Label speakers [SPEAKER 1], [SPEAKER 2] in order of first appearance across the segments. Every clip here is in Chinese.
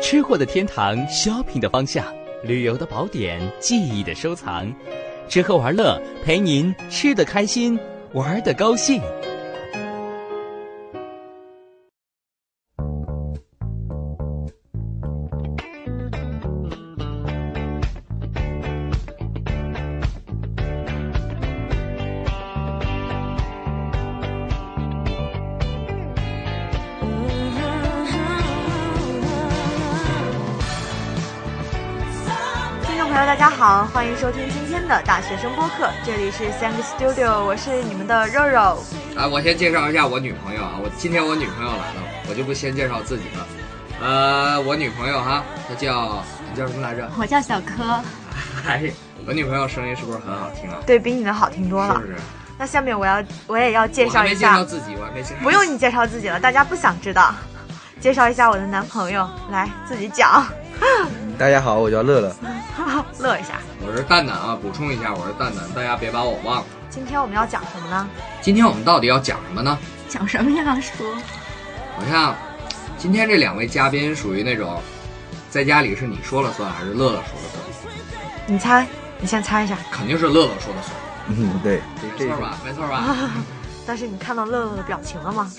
[SPEAKER 1] 吃货的天堂，shopping 的方向，旅游的宝典，记忆的收藏，吃喝玩乐陪您吃得开心，玩得高兴。
[SPEAKER 2] 听众朋友，大家好，欢迎收听今天的大学生播客，这里是三个 Studio，我是你们的肉肉。
[SPEAKER 3] 啊，我先介绍一下我女朋友啊，我今天我女朋友来了，我就不先介绍自己了。呃，我女朋友哈，她叫她叫什么来着？
[SPEAKER 4] 我叫小柯，
[SPEAKER 3] 哎，我女朋友声音是不是很好听啊？
[SPEAKER 2] 对比你的好听多
[SPEAKER 3] 是
[SPEAKER 2] 了
[SPEAKER 3] 不。是？
[SPEAKER 2] 那下面我要我也要介
[SPEAKER 3] 我还
[SPEAKER 2] 绍
[SPEAKER 3] 没
[SPEAKER 2] 一
[SPEAKER 3] 介绍
[SPEAKER 2] 下，
[SPEAKER 3] 自己，我还没介绍。
[SPEAKER 2] 不用你介绍自己了，大家不想知道。介绍一下我的男朋友，来自己 讲，
[SPEAKER 5] 大家好，我叫乐乐。
[SPEAKER 2] 乐一下。
[SPEAKER 3] 我是蛋蛋啊，补充一下，我是蛋蛋，大家别把我忘了。
[SPEAKER 2] 今天我们要讲什么呢？
[SPEAKER 3] 今天我们到底要讲什么呢？
[SPEAKER 4] 讲什么呀？说
[SPEAKER 3] 好像今天这两位嘉宾属于那种，在家里是你说了算还是乐乐说了算？
[SPEAKER 2] 你猜，你先猜一下。
[SPEAKER 3] 肯定是乐乐说了算，
[SPEAKER 5] 嗯，对，这
[SPEAKER 3] 没
[SPEAKER 5] 这
[SPEAKER 3] 错吧？没错
[SPEAKER 4] 啊
[SPEAKER 3] 吧？
[SPEAKER 2] 但是你看到乐乐的表情了 吗？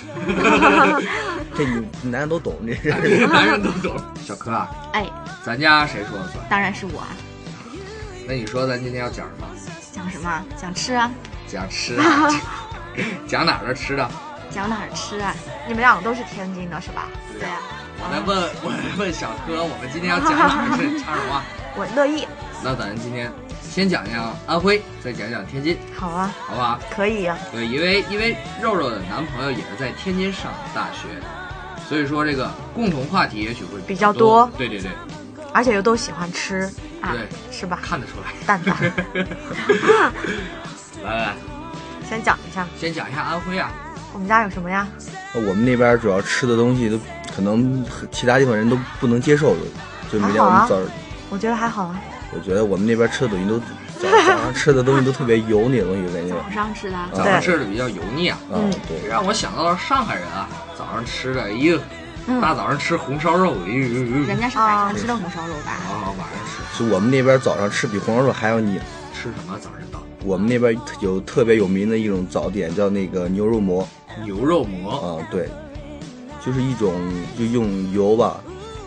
[SPEAKER 5] 这你男人都懂，这是。
[SPEAKER 3] 男人都懂。 小柯啊，
[SPEAKER 4] 哎，
[SPEAKER 3] 咱家谁说了算？
[SPEAKER 4] 当然是我啊！
[SPEAKER 3] 那你说咱今天要讲什么？
[SPEAKER 4] 讲什么啊？讲吃啊？
[SPEAKER 3] 讲吃 的，讲哪儿的吃的？
[SPEAKER 4] 讲哪儿吃啊？
[SPEAKER 2] 你们两个都是天津的是吧？啊
[SPEAKER 3] 对呀、我来问，我来问小柯，我们今天要讲哪儿是插什 么？
[SPEAKER 2] 我乐意，
[SPEAKER 3] 那咱今天先讲讲安徽，再讲讲天津，
[SPEAKER 2] 好啊，
[SPEAKER 3] 好不好？
[SPEAKER 2] 可以呀、
[SPEAKER 3] 对，因为因为肉肉的男朋友也是在天津上大学，所以说这个共同话题也许会
[SPEAKER 2] 比较
[SPEAKER 3] 多。
[SPEAKER 2] 多
[SPEAKER 3] 对对对
[SPEAKER 2] 而且又都喜欢吃啊
[SPEAKER 3] 对，，
[SPEAKER 2] 是吧？
[SPEAKER 3] 看得出来。
[SPEAKER 2] 蛋蛋，
[SPEAKER 3] 来来来，
[SPEAKER 2] 先讲一下
[SPEAKER 3] 先讲一下安徽啊，
[SPEAKER 2] 我们家有什么呀？
[SPEAKER 5] 我们那边主要吃的东西都可能其他地方人都不能接受，就每天我
[SPEAKER 2] 还好啊
[SPEAKER 5] 们早，
[SPEAKER 2] 我觉得还好啊。
[SPEAKER 5] 我觉得我们那边吃的东西都早 早上吃的东西都特别油那东西，我感觉。
[SPEAKER 4] 早上吃的 啊，
[SPEAKER 3] 早上吃的比较油腻啊，
[SPEAKER 5] 啊，
[SPEAKER 2] 嗯
[SPEAKER 5] 对，
[SPEAKER 3] 让我想到了上海人啊，早上吃的，一个
[SPEAKER 4] 嗯
[SPEAKER 3] 大早上吃红烧肉，哎呦呦呦
[SPEAKER 4] 人家是晚上吃的红烧肉吧？
[SPEAKER 3] 啊，晚上吃
[SPEAKER 5] 是我们那边早上吃比红烧肉还要腻。
[SPEAKER 3] 吃什么？早上到
[SPEAKER 5] 我们那边有特别有名的一种早点叫那个牛肉馍
[SPEAKER 3] 牛肉馍，
[SPEAKER 5] 啊，对，就是一种就用油吧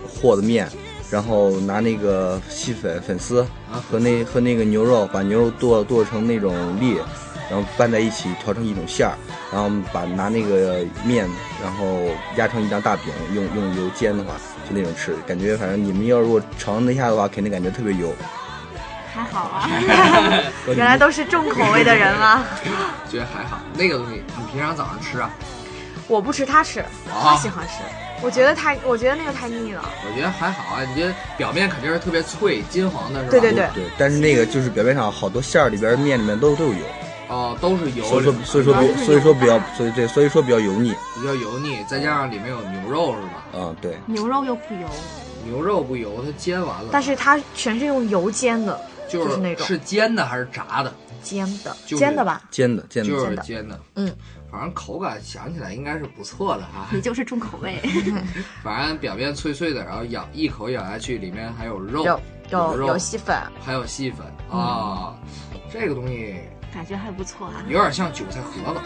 [SPEAKER 5] 和的面，然后拿那个细粉粉丝
[SPEAKER 3] 啊
[SPEAKER 5] 和那和那个牛肉，把牛肉剁剁成那种粒，然后拌在一起调成一种馅儿，然后把拿那个面，然后压成一张大饼，用用油煎的话，就那种吃，感觉反正你们要如果尝那一下的话，肯定感觉特别油。
[SPEAKER 4] 还好啊，
[SPEAKER 5] 我
[SPEAKER 2] 原来都是重口味的人 吗？
[SPEAKER 3] 觉得还好。那个东西你平常早上吃啊？
[SPEAKER 2] 我不吃，他吃，他喜欢吃。我觉得太，我觉得那个太腻了。
[SPEAKER 3] 我觉得还好啊。你觉得表面肯定是特别脆金黄的，是吧？
[SPEAKER 2] 对对对
[SPEAKER 5] 对，但是那个就是表面上好多馅儿里边面里面都都有油，
[SPEAKER 3] 哦，都是油，
[SPEAKER 5] 所以说所以说
[SPEAKER 4] 主要
[SPEAKER 5] 比
[SPEAKER 4] 是
[SPEAKER 5] 所以说比
[SPEAKER 4] 油
[SPEAKER 5] 较
[SPEAKER 4] 大
[SPEAKER 5] 所以对所以说比较油腻
[SPEAKER 3] 比较油腻，再加上里面有牛肉是吧？
[SPEAKER 5] 啊、对。
[SPEAKER 4] 牛肉又不油，
[SPEAKER 3] 牛肉不油，它煎完了，
[SPEAKER 2] 但是它全是用油煎的，
[SPEAKER 3] 就
[SPEAKER 2] 就是那种
[SPEAKER 3] 是煎的还是炸的？
[SPEAKER 2] 煎的，
[SPEAKER 3] 就是
[SPEAKER 2] 煎的吧？
[SPEAKER 5] 煎的煎的，
[SPEAKER 3] 就是煎的，
[SPEAKER 2] 嗯，
[SPEAKER 3] 反正口感想起来应该是不错的哈、
[SPEAKER 4] 你就是重口味。
[SPEAKER 3] 反正表面脆脆的，然后咬一口咬下去，里面还有肉，
[SPEAKER 2] 有有
[SPEAKER 3] 肉
[SPEAKER 2] 有细嗯粉，
[SPEAKER 3] 还有细粉啊、这个东西
[SPEAKER 4] 感觉还不错啊。
[SPEAKER 3] 有点像韭菜盒子，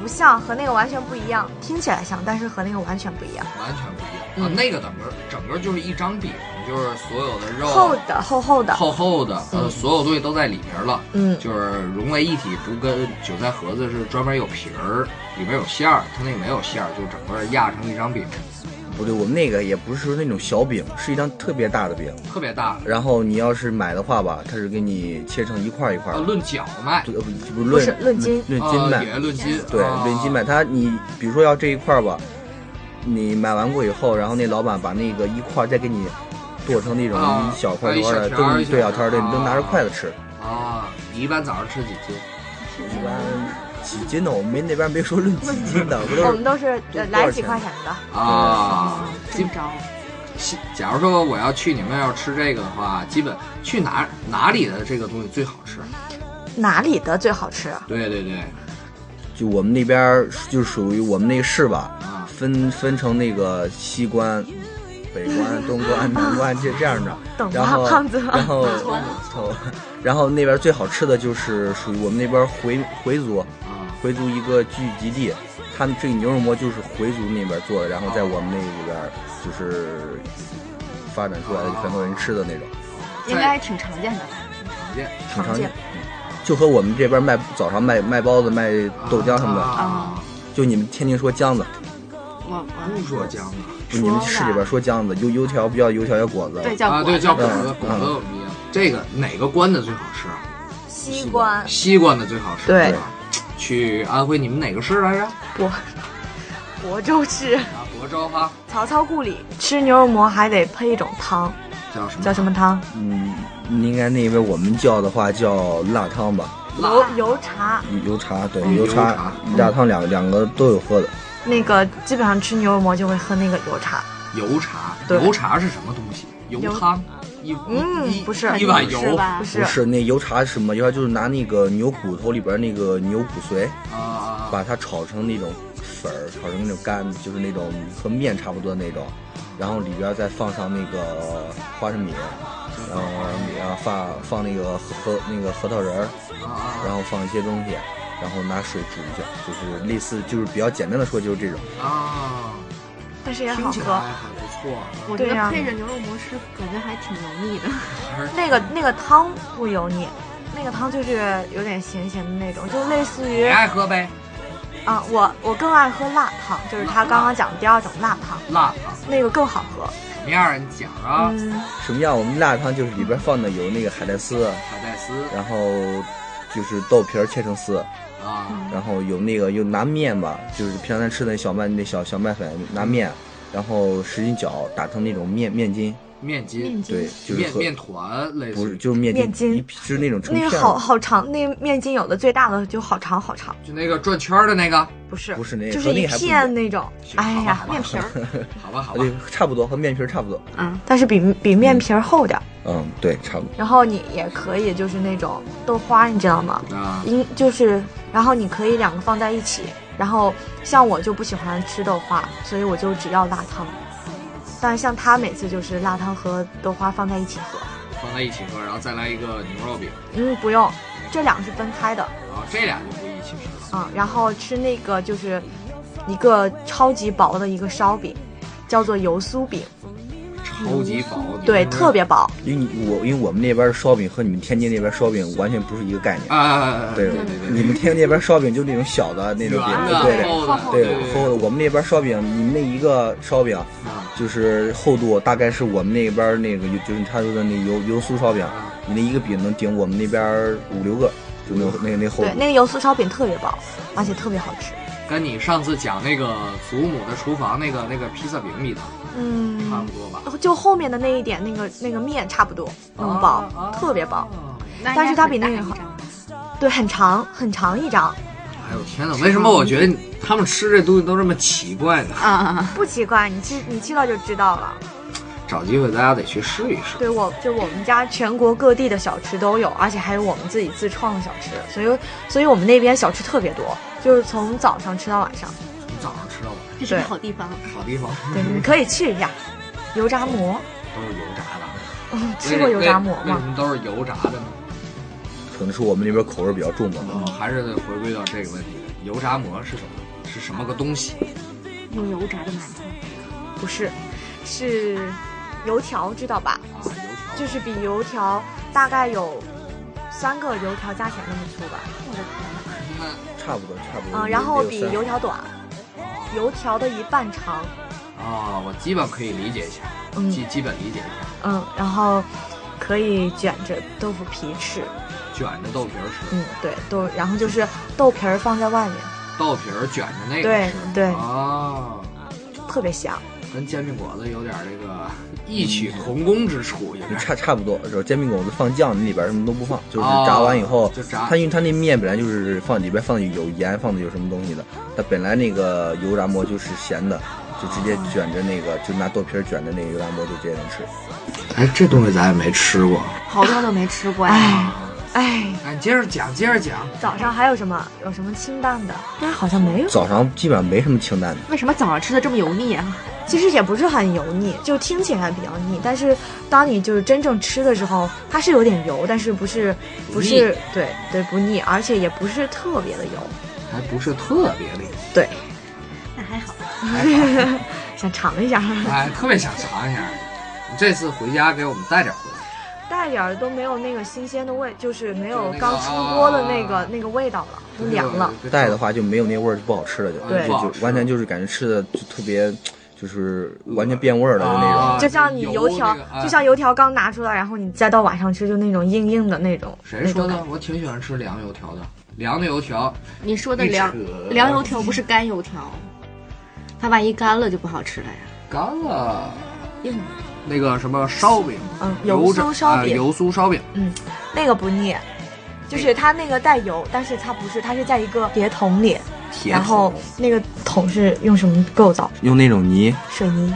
[SPEAKER 2] 不像和那个完全不一样，听起来像，但是和那个完全不一样。
[SPEAKER 3] 完全不一样、啊
[SPEAKER 2] 嗯。
[SPEAKER 3] 那个整个整个就是一张饼，就是所有的肉
[SPEAKER 2] 厚的，嗯厚厚的，
[SPEAKER 3] 厚厚的，呃，所有东西都在里面了，
[SPEAKER 2] 嗯
[SPEAKER 3] 就是融为一体，不跟韭菜盒子是专门有皮儿，里面有馅儿，它那个没有馅儿，就整个压成一张饼，
[SPEAKER 5] 不对，我们那个也不是说那种小饼，是一张特别大的饼。
[SPEAKER 3] 特别大，
[SPEAKER 5] 然后你要是买的话吧，它是给你切成一块儿一
[SPEAKER 2] 嗯
[SPEAKER 5] 块
[SPEAKER 3] 呃，
[SPEAKER 5] 儿，
[SPEAKER 3] 论脚卖，
[SPEAKER 5] 对呃不不
[SPEAKER 2] 不是
[SPEAKER 5] 论
[SPEAKER 2] 论斤
[SPEAKER 5] 论
[SPEAKER 3] 啊
[SPEAKER 5] 斤卖，
[SPEAKER 3] 也论斤，
[SPEAKER 5] 对，
[SPEAKER 3] 啊
[SPEAKER 5] 论斤卖。它你比如说要这一块儿吧，你买完过以后，然后那老板把那个一块儿再给你剁成那种
[SPEAKER 3] 啊
[SPEAKER 5] 一小块
[SPEAKER 3] 一
[SPEAKER 5] 多少
[SPEAKER 3] 小
[SPEAKER 5] 的，
[SPEAKER 3] 条儿
[SPEAKER 5] 都
[SPEAKER 3] 一小
[SPEAKER 5] 对小
[SPEAKER 3] 条
[SPEAKER 5] 条
[SPEAKER 3] 儿
[SPEAKER 5] 儿，对你都拿着
[SPEAKER 3] 啊
[SPEAKER 5] 筷子吃，
[SPEAKER 3] 啊。你一般早上吃几斤？
[SPEAKER 5] 一般几斤的，我们那边没说论几斤 的，不都
[SPEAKER 2] 我
[SPEAKER 5] 是
[SPEAKER 2] 们都是呃
[SPEAKER 5] 多
[SPEAKER 2] 来
[SPEAKER 5] 少
[SPEAKER 2] 几
[SPEAKER 5] 钱
[SPEAKER 2] 块钱的。
[SPEAKER 3] 啊，
[SPEAKER 4] 这
[SPEAKER 3] 基
[SPEAKER 4] 么着，
[SPEAKER 3] 基假如说我要去你们要吃这个的话，基本去哪哪里的这个东西最好吃？
[SPEAKER 2] 哪里的最好吃啊？
[SPEAKER 3] 对对对，
[SPEAKER 5] 就我们那边儿就属于我们那个市吧，
[SPEAKER 3] 啊
[SPEAKER 5] 分分成那个西关、北关、东关、南关，就这样的。
[SPEAKER 2] 懂
[SPEAKER 5] 然
[SPEAKER 2] 了，
[SPEAKER 5] 后，
[SPEAKER 2] 胖子。
[SPEAKER 5] 然后
[SPEAKER 4] 不错不，
[SPEAKER 5] 然后那边最好吃的就是属于我们那边回回族，
[SPEAKER 3] 啊，
[SPEAKER 5] 回族一个聚集地，他们这个牛肉馍就是回族那边做的，然后在我们那边就是发展出来的很多人吃的那种，
[SPEAKER 4] 应该挺常见的吧？
[SPEAKER 3] 常见
[SPEAKER 5] 挺常
[SPEAKER 2] 常见
[SPEAKER 5] 见。嗯就和我们这边卖早上卖卖包子、卖豆浆什么的，
[SPEAKER 3] 啊，
[SPEAKER 5] 就你们天津说浆子，
[SPEAKER 4] 我我
[SPEAKER 3] 不说浆子
[SPEAKER 5] 就你们市里边说浆子，油油条不叫油条，叫果子。
[SPEAKER 4] 对叫
[SPEAKER 3] 啊，
[SPEAKER 4] 果
[SPEAKER 3] 对，
[SPEAKER 4] 子
[SPEAKER 3] 叫果子
[SPEAKER 5] 嗯，
[SPEAKER 3] 果子我们一样。这个哪个关的最好吃啊？
[SPEAKER 2] 西瓜，
[SPEAKER 3] 西关的最好吃。
[SPEAKER 2] 对
[SPEAKER 3] 是吧，去安徽你们哪个市来着？
[SPEAKER 2] 我亳州市
[SPEAKER 3] 啊，亳州哈，
[SPEAKER 2] 曹操故里吃牛肉馍还得配一种汤，
[SPEAKER 3] 叫什么？
[SPEAKER 2] 叫什么汤？
[SPEAKER 5] 嗯，应该那边我们叫的话叫辣汤吧，
[SPEAKER 2] 油油茶。
[SPEAKER 5] 油茶对
[SPEAKER 3] 嗯
[SPEAKER 5] 油
[SPEAKER 3] 油茶嗯
[SPEAKER 5] 茶辣汤两两个都有喝的，
[SPEAKER 2] 那个基本上吃牛肉馍就会喝那个油茶，
[SPEAKER 3] 油茶。
[SPEAKER 2] 对
[SPEAKER 3] 油茶是什么东西？油
[SPEAKER 2] 油
[SPEAKER 3] 汤。一
[SPEAKER 2] 嗯
[SPEAKER 3] 一
[SPEAKER 2] 不是
[SPEAKER 3] 一碗油
[SPEAKER 4] 是吧
[SPEAKER 2] 不？
[SPEAKER 5] 不
[SPEAKER 3] 啊
[SPEAKER 2] 是
[SPEAKER 5] 是那油茶是什么？油茶就是拿那个牛骨头里边那个牛骨髓，
[SPEAKER 3] 啊啊，啊
[SPEAKER 5] 把它炒成那种粉儿，炒成那种干，就是那种和面差不多那种，然后里边再放上那个花生米，然后然后放放那个核那个核桃仁儿，
[SPEAKER 3] 啊啊
[SPEAKER 5] 然后放一些东西，然后拿水煮一下，就是类似就是比较简单的说就是这种。
[SPEAKER 3] 啊啊，
[SPEAKER 2] 但是也好
[SPEAKER 3] 听起
[SPEAKER 2] 喝
[SPEAKER 3] 来。很不错啊。
[SPEAKER 4] 我觉
[SPEAKER 2] 对呀
[SPEAKER 4] 得配着牛肉馍吃，感觉还挺油腻的。
[SPEAKER 3] 还是
[SPEAKER 2] 那个那个汤不油腻，那个汤就是有点咸咸的那种，就类似于
[SPEAKER 3] 你
[SPEAKER 2] 啊、
[SPEAKER 3] 爱喝呗，
[SPEAKER 2] 我我更爱喝辣汤，就是他刚刚讲的第二种辣汤，
[SPEAKER 3] 辣汤
[SPEAKER 2] 那个更好喝。
[SPEAKER 3] 什么样儿？你讲啊。
[SPEAKER 2] 嗯，
[SPEAKER 5] 什么样？我们辣汤就是里边放的有那个海带丝，
[SPEAKER 3] 海带丝
[SPEAKER 5] 然后就是豆皮儿切成丝，
[SPEAKER 3] 啊，
[SPEAKER 5] 然后有那个有拿面吧，就是平常咱吃的小麦那小小麦粉拿面，然后十斤饺打成那种面面筋，
[SPEAKER 3] 面筋，
[SPEAKER 5] 对，就是
[SPEAKER 3] 面
[SPEAKER 5] 和
[SPEAKER 3] 面团类
[SPEAKER 5] 不
[SPEAKER 3] 似
[SPEAKER 5] 是
[SPEAKER 3] 于，
[SPEAKER 5] 就是面
[SPEAKER 2] 面筋
[SPEAKER 5] 一就是那种成
[SPEAKER 2] 那
[SPEAKER 5] 片
[SPEAKER 2] 个好
[SPEAKER 5] 儿，啊
[SPEAKER 2] 好长，那个面筋有的最大的就好长好长，
[SPEAKER 3] 就那个转圈儿的那个，
[SPEAKER 2] 不是
[SPEAKER 5] 不是那个
[SPEAKER 2] 就是
[SPEAKER 5] 和那
[SPEAKER 2] 一
[SPEAKER 5] 还不一
[SPEAKER 2] 片
[SPEAKER 5] 样
[SPEAKER 2] 那种。
[SPEAKER 3] 行
[SPEAKER 2] 哎
[SPEAKER 3] 好
[SPEAKER 2] 呀，
[SPEAKER 3] 吧
[SPEAKER 2] 面 皮儿，
[SPEAKER 3] 好吧好吧
[SPEAKER 5] 对，，差不多和面皮儿差不多。
[SPEAKER 4] 嗯，
[SPEAKER 2] 但是比比面皮儿厚点儿。
[SPEAKER 5] 嗯，对，差不多。
[SPEAKER 2] 然后你也可以就是那种豆花，你知道吗？
[SPEAKER 3] 啊
[SPEAKER 2] 因就是，然后你可以两个放在一起。然后像我就不喜欢吃豆花，所以我就只要辣汤。但是像他每次就是辣汤和豆花放在一起喝。
[SPEAKER 3] 放在一起喝，然后再来一个牛肉饼，
[SPEAKER 2] 嗯，不用，这两个是分开的
[SPEAKER 3] 然后这俩就不一起吃了。
[SPEAKER 2] 啊、然后吃那个就是一个超级薄的一个烧饼，叫做油酥饼，
[SPEAKER 3] 超级薄，你
[SPEAKER 2] 对，
[SPEAKER 3] 说
[SPEAKER 2] 特别薄。
[SPEAKER 5] 因为你我因为我们那边儿烧饼和你们天津那边儿烧饼完全不是一个概念。
[SPEAKER 3] 啊，
[SPEAKER 5] 对
[SPEAKER 3] 对对
[SPEAKER 5] 你
[SPEAKER 3] 对，
[SPEAKER 5] 们天津那边儿烧饼就那种小的那种饼
[SPEAKER 3] 圆，
[SPEAKER 5] 对
[SPEAKER 3] 的
[SPEAKER 5] 对
[SPEAKER 3] 厚的，
[SPEAKER 5] 对
[SPEAKER 3] 对
[SPEAKER 5] 厚的。我们那边儿烧饼，你们那一个烧饼
[SPEAKER 3] 啊
[SPEAKER 5] 就是厚度大概是我们那边儿那个，就是他说的那油油酥烧饼，
[SPEAKER 3] 啊
[SPEAKER 5] 你那一个饼能顶我们那边儿五六个，就那那那厚
[SPEAKER 2] 对，
[SPEAKER 5] 度。
[SPEAKER 2] 那个油酥烧饼特别薄，而且特别好吃。
[SPEAKER 3] 跟你上次讲那个祖母的厨房那个那个披萨饼比的差
[SPEAKER 2] 嗯
[SPEAKER 3] 不，多吧，
[SPEAKER 2] 就后面的那一点，那个那个面差不多，那么薄，
[SPEAKER 3] 啊
[SPEAKER 2] 特别薄。。
[SPEAKER 3] 啊
[SPEAKER 4] 那
[SPEAKER 2] 但是
[SPEAKER 4] 应该
[SPEAKER 2] 它
[SPEAKER 4] 很
[SPEAKER 2] 比那
[SPEAKER 4] 大
[SPEAKER 2] 个
[SPEAKER 4] 一
[SPEAKER 2] 好
[SPEAKER 4] 张吧
[SPEAKER 2] 对，很长很长一张，
[SPEAKER 3] 哎呦天哪，为什么我觉得他们吃这东西都这么奇怪呢？
[SPEAKER 4] 啊，
[SPEAKER 2] 不奇怪，你去你去了就知道了。
[SPEAKER 3] 找机会大家得去试一试。
[SPEAKER 2] 对我就我们家全国各地的小吃都有，而且还有我们自己自创的小吃，所以所以我们那边小吃特别多，就是从早上吃到晚上。
[SPEAKER 3] 从早上吃到晚上，
[SPEAKER 4] 这是个好地方。
[SPEAKER 3] 好地方。
[SPEAKER 2] 对，你嗯可以去一下油炸馍，
[SPEAKER 3] 都是油炸的。
[SPEAKER 2] 嗯吃过油炸馍
[SPEAKER 3] 为为为什
[SPEAKER 2] 吗？
[SPEAKER 3] 么都是油炸的呢？
[SPEAKER 5] 可能是我们那边口味比较重吧。
[SPEAKER 3] 哦，还是得回归到这个问题，油炸馍是什么？是什么个东西？
[SPEAKER 4] 用油炸的馒头，
[SPEAKER 2] 不是，是油条，知道吧？
[SPEAKER 3] 啊，油条。
[SPEAKER 2] 就是比油条大概有三个油条加起来那么粗吧，
[SPEAKER 4] 我的天
[SPEAKER 3] 那
[SPEAKER 5] 差不多，差不多。
[SPEAKER 2] 嗯，然后
[SPEAKER 5] 得有
[SPEAKER 2] 比
[SPEAKER 5] 三
[SPEAKER 2] 油条短，油条的一半长，
[SPEAKER 3] 啊，我基本可以理解一下，
[SPEAKER 2] 嗯
[SPEAKER 3] 基基本理解一下，
[SPEAKER 2] 嗯，然后可以卷着豆腐皮吃，
[SPEAKER 3] 卷着豆皮儿吃，
[SPEAKER 2] 嗯，对，豆，然后就是豆皮儿放在外面，
[SPEAKER 3] 豆皮儿卷着那个
[SPEAKER 2] 对
[SPEAKER 3] 吃。
[SPEAKER 2] 对
[SPEAKER 3] 啊，
[SPEAKER 2] 特别香。
[SPEAKER 3] 跟煎饼果子有点这个异曲同工之处，有点。
[SPEAKER 5] 差差不多，就是煎饼果子放酱，里边什么都不放，就是炸完以后，
[SPEAKER 3] 哦就炸
[SPEAKER 5] 它因为它那面本来就是放里边放的有盐，放的有什么东西的，它本来那个油炸馍就是咸的，就直接卷着那个，就拿豆皮儿卷着那个油炸馍就直接能吃。
[SPEAKER 3] 哎，这东西咱也没吃过。
[SPEAKER 4] 哪，好多都没吃过呀。
[SPEAKER 2] 哎哎，
[SPEAKER 3] 哎，你接着讲，接着讲。
[SPEAKER 2] 早上还有什么？有什么清淡的？但是好像没有。
[SPEAKER 4] 嗯
[SPEAKER 5] 早上基本上没什么清淡的，
[SPEAKER 4] 为什么早上吃的这么油腻啊？
[SPEAKER 2] 其实也不是很油腻，就听起来比较腻，但是当你就是真正吃的时候，它是有点油，但是不是
[SPEAKER 3] 不
[SPEAKER 2] 不是对对不腻，而且也不是特别的油，
[SPEAKER 3] 还不是特别的，
[SPEAKER 2] 对，
[SPEAKER 4] 那还好，
[SPEAKER 3] 还好，
[SPEAKER 2] 想尝一下，
[SPEAKER 3] 哎，特别想尝一下。你这次回家给我们带点回来，
[SPEAKER 2] 带点儿都没有那个新鲜的味，就是没有
[SPEAKER 3] 就是那个
[SPEAKER 2] 刚出锅的那
[SPEAKER 3] 啊
[SPEAKER 2] 个那个味道了，都凉了。
[SPEAKER 5] 带的话就没有那味儿，就不好吃了，就
[SPEAKER 2] 对
[SPEAKER 5] 就就完全就是感觉吃的就特别，就是完全变味儿了就那
[SPEAKER 3] 啊
[SPEAKER 5] 种。
[SPEAKER 2] 就像你油条，
[SPEAKER 3] 油那个哎
[SPEAKER 2] 就像油条刚拿出来，然后你再到晚上吃，就那种硬硬的那种。
[SPEAKER 3] 谁说
[SPEAKER 2] 那
[SPEAKER 3] 的
[SPEAKER 2] 种？
[SPEAKER 3] 我挺喜欢吃凉油条的，凉的油条
[SPEAKER 4] 你说的
[SPEAKER 3] 一
[SPEAKER 4] 凉
[SPEAKER 3] 扯
[SPEAKER 4] 凉油条不是干油条，它万一干了就不好吃了呀。
[SPEAKER 3] 干了。
[SPEAKER 4] 硬的
[SPEAKER 3] 那个什么烧饼，
[SPEAKER 2] 嗯，
[SPEAKER 3] 油炸
[SPEAKER 2] 酥烧
[SPEAKER 3] 呃
[SPEAKER 2] 饼，
[SPEAKER 3] 油酥烧饼，
[SPEAKER 2] 那个不腻，就是它那个带油，但是它不是，它是在一个铁桶里，
[SPEAKER 5] 铁
[SPEAKER 2] 然后那个桶是用什么构造？
[SPEAKER 5] 用那种泥，
[SPEAKER 2] 水泥。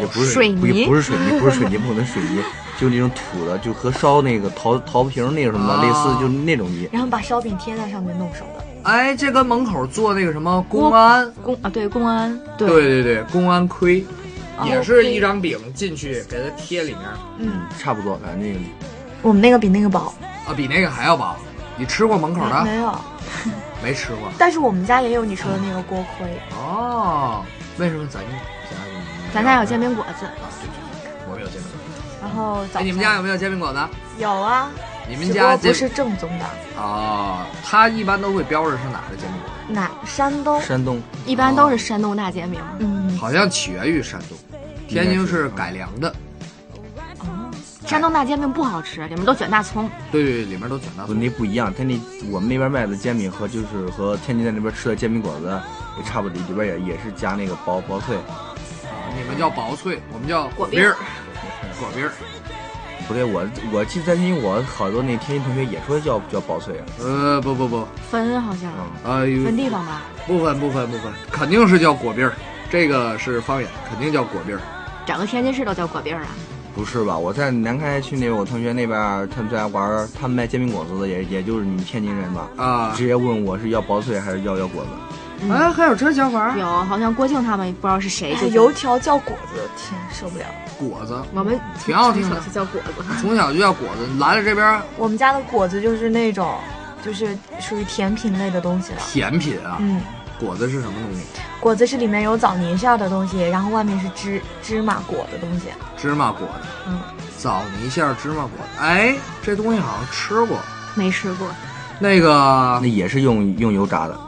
[SPEAKER 5] 也
[SPEAKER 3] 哦，
[SPEAKER 5] 不是
[SPEAKER 4] 水
[SPEAKER 5] 不
[SPEAKER 4] 泥
[SPEAKER 5] 不是水泥，不是水泥，不可能水泥，就那种土的，就和烧那个陶陶瓶那个什么
[SPEAKER 3] 啊
[SPEAKER 5] 的类似，就是那种泥。
[SPEAKER 2] 然后把烧饼贴在上面弄熟的。
[SPEAKER 3] 哎，这跟门口做那个什么公安，
[SPEAKER 4] 公啊，对公安，对
[SPEAKER 3] 对对对，公安盔，
[SPEAKER 4] 哦
[SPEAKER 3] 也是一张饼进去给它贴里面，
[SPEAKER 2] 嗯，
[SPEAKER 5] 差不多，反正那个
[SPEAKER 2] 我们那个比那个薄。
[SPEAKER 3] 啊，比那个还要薄。你吃过门口的？
[SPEAKER 2] 没有，
[SPEAKER 3] 没吃过。
[SPEAKER 2] 但是我们家也有你说的那个锅盔。
[SPEAKER 3] 哦，为什么咱咱
[SPEAKER 4] 咱家有煎饼果子，
[SPEAKER 3] 啊？对对对，我们有煎饼。
[SPEAKER 2] 然后早
[SPEAKER 3] 哎，
[SPEAKER 2] 上
[SPEAKER 3] 你们家有没有煎饼果子？
[SPEAKER 2] 有啊？
[SPEAKER 3] 你
[SPEAKER 2] 只
[SPEAKER 3] 们
[SPEAKER 2] 不
[SPEAKER 3] 家
[SPEAKER 2] 过不
[SPEAKER 3] 煎
[SPEAKER 2] 是正宗的，
[SPEAKER 3] 哦，它一般都会标着是哪儿的煎饼果子，
[SPEAKER 2] 哪山东？
[SPEAKER 5] 山东
[SPEAKER 4] 一般都是山东大煎饼。
[SPEAKER 2] 嗯，
[SPEAKER 3] 好像起源于山东，天津是改良的。
[SPEAKER 4] 山东大煎饼不好吃，里面都卷大葱。
[SPEAKER 3] 对对，对里面都卷大
[SPEAKER 5] 不
[SPEAKER 3] 葱。
[SPEAKER 5] 那不一样，它那我们那边卖的煎饼和就是和天津在那边吃的煎饼果子也差不多，里边也也是加那个薄薄脆，
[SPEAKER 3] 你们叫薄脆，我们叫
[SPEAKER 4] 果
[SPEAKER 3] 冰儿
[SPEAKER 4] 冰，
[SPEAKER 3] 嗯果冰儿。
[SPEAKER 5] 不对，我我记得在天津，我好多那天津同学也说叫叫薄脆啊，
[SPEAKER 3] 呃，不不不，
[SPEAKER 4] 分好像
[SPEAKER 5] 嗯，
[SPEAKER 3] 呃，有
[SPEAKER 4] 分地方吧，
[SPEAKER 3] 不分不分不分，肯定是叫果冰儿，这个是方言，肯定叫果冰儿。
[SPEAKER 4] 整个天津市都叫果饼儿啊。
[SPEAKER 5] 不是吧？我在南开去那个我同学那边，他们在玩儿，他们卖煎饼果子的也也就是你们天津人吧？
[SPEAKER 3] 啊
[SPEAKER 5] 直接问我是要薄脆还是要要果子？
[SPEAKER 4] 嗯
[SPEAKER 3] 哎，还有这叫法儿？
[SPEAKER 4] 有，好像郭靖他们不知道是谁
[SPEAKER 2] 哎
[SPEAKER 4] 就
[SPEAKER 2] 油条叫果子，天受不了。
[SPEAKER 3] 果子，
[SPEAKER 4] 我们
[SPEAKER 3] 挺好听的
[SPEAKER 4] 从小就叫果子。
[SPEAKER 3] 从小就叫果子。来了这边儿
[SPEAKER 2] 我们家的果子就是那种，就是属于甜品类的东西了。
[SPEAKER 3] 甜品啊，
[SPEAKER 2] 嗯，
[SPEAKER 3] 果子是什么东西？
[SPEAKER 2] 果子是里面有枣泥馅儿的东西，然后外面是芝芝麻果的东西。
[SPEAKER 3] 芝麻果子，
[SPEAKER 2] 嗯，
[SPEAKER 3] 枣泥馅儿芝麻果子。哎，这东西好像吃过。
[SPEAKER 4] 没吃过，
[SPEAKER 3] 那个
[SPEAKER 5] 那，也是用用油炸的。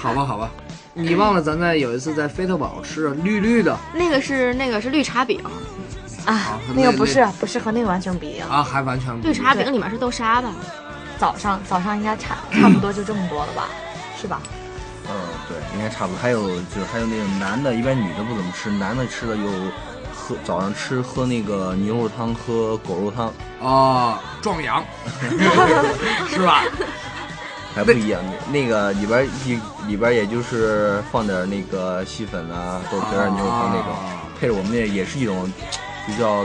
[SPEAKER 3] 好吧好吧，你忘了咱在有一次在菲特堡吃的绿绿的
[SPEAKER 4] 那个是那个是绿茶饼，
[SPEAKER 2] 啊
[SPEAKER 3] 啊，
[SPEAKER 2] 那个
[SPEAKER 3] 那
[SPEAKER 2] 不是，不是和那个完全不一样。
[SPEAKER 3] 啊，还完全不
[SPEAKER 4] 绿
[SPEAKER 3] 一
[SPEAKER 4] 茶
[SPEAKER 3] 样。
[SPEAKER 4] 饼里面是豆沙吧？
[SPEAKER 3] 啊
[SPEAKER 2] 早上早上应该差差不多就这么多了吧， 是吧？
[SPEAKER 5] 嗯，对，应该差不多。还有就是还有那种男的，一般女的不怎么吃，男的吃的有喝早上吃喝那个牛肉汤，喝狗肉汤，
[SPEAKER 3] 哦，壮 阳，是吧？
[SPEAKER 5] 还不一样。那那个里边一里边也就是放点那个细粉啊、豆皮儿、牛肉汤那种，
[SPEAKER 3] 啊
[SPEAKER 5] 配着我们那也是一种，就叫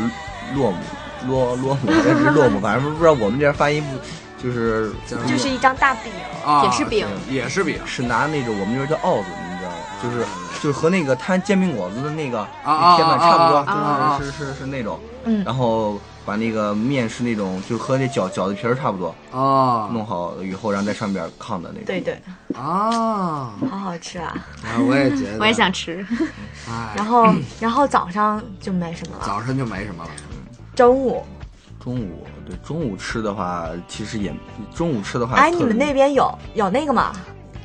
[SPEAKER 5] 洛姆洛洛姆还是洛姆，反正不知道我们这儿发音不就是
[SPEAKER 3] 叫什么
[SPEAKER 2] 就是一张大饼，
[SPEAKER 3] 啊，
[SPEAKER 4] 也是饼，
[SPEAKER 3] 也是饼
[SPEAKER 5] 是拿那种我们这边叫鏊子，你知道吗？就是就是和那个摊煎饼果子的那个
[SPEAKER 3] 啊
[SPEAKER 5] 那铁板差不多，
[SPEAKER 3] 啊啊啊啊
[SPEAKER 5] 就是是是是那种，
[SPEAKER 2] 嗯
[SPEAKER 5] 然后把那个面是那种就是和那饺饺子皮儿差不多，
[SPEAKER 3] 啊
[SPEAKER 5] 弄好以后然后在上边炕的那种。
[SPEAKER 2] 对对，
[SPEAKER 3] 啊！
[SPEAKER 2] 好好吃啊。
[SPEAKER 3] 哎我也觉得，
[SPEAKER 4] 我也想吃。
[SPEAKER 3] 哎。
[SPEAKER 2] 然 后然后早上就没什么了，
[SPEAKER 3] 早晨就没什么了，
[SPEAKER 2] 中午
[SPEAKER 5] 中午对中午吃的话，其实也中午
[SPEAKER 3] 啊
[SPEAKER 5] 吃的话，
[SPEAKER 2] 哎，
[SPEAKER 5] 特
[SPEAKER 2] 你们那边有有那个吗？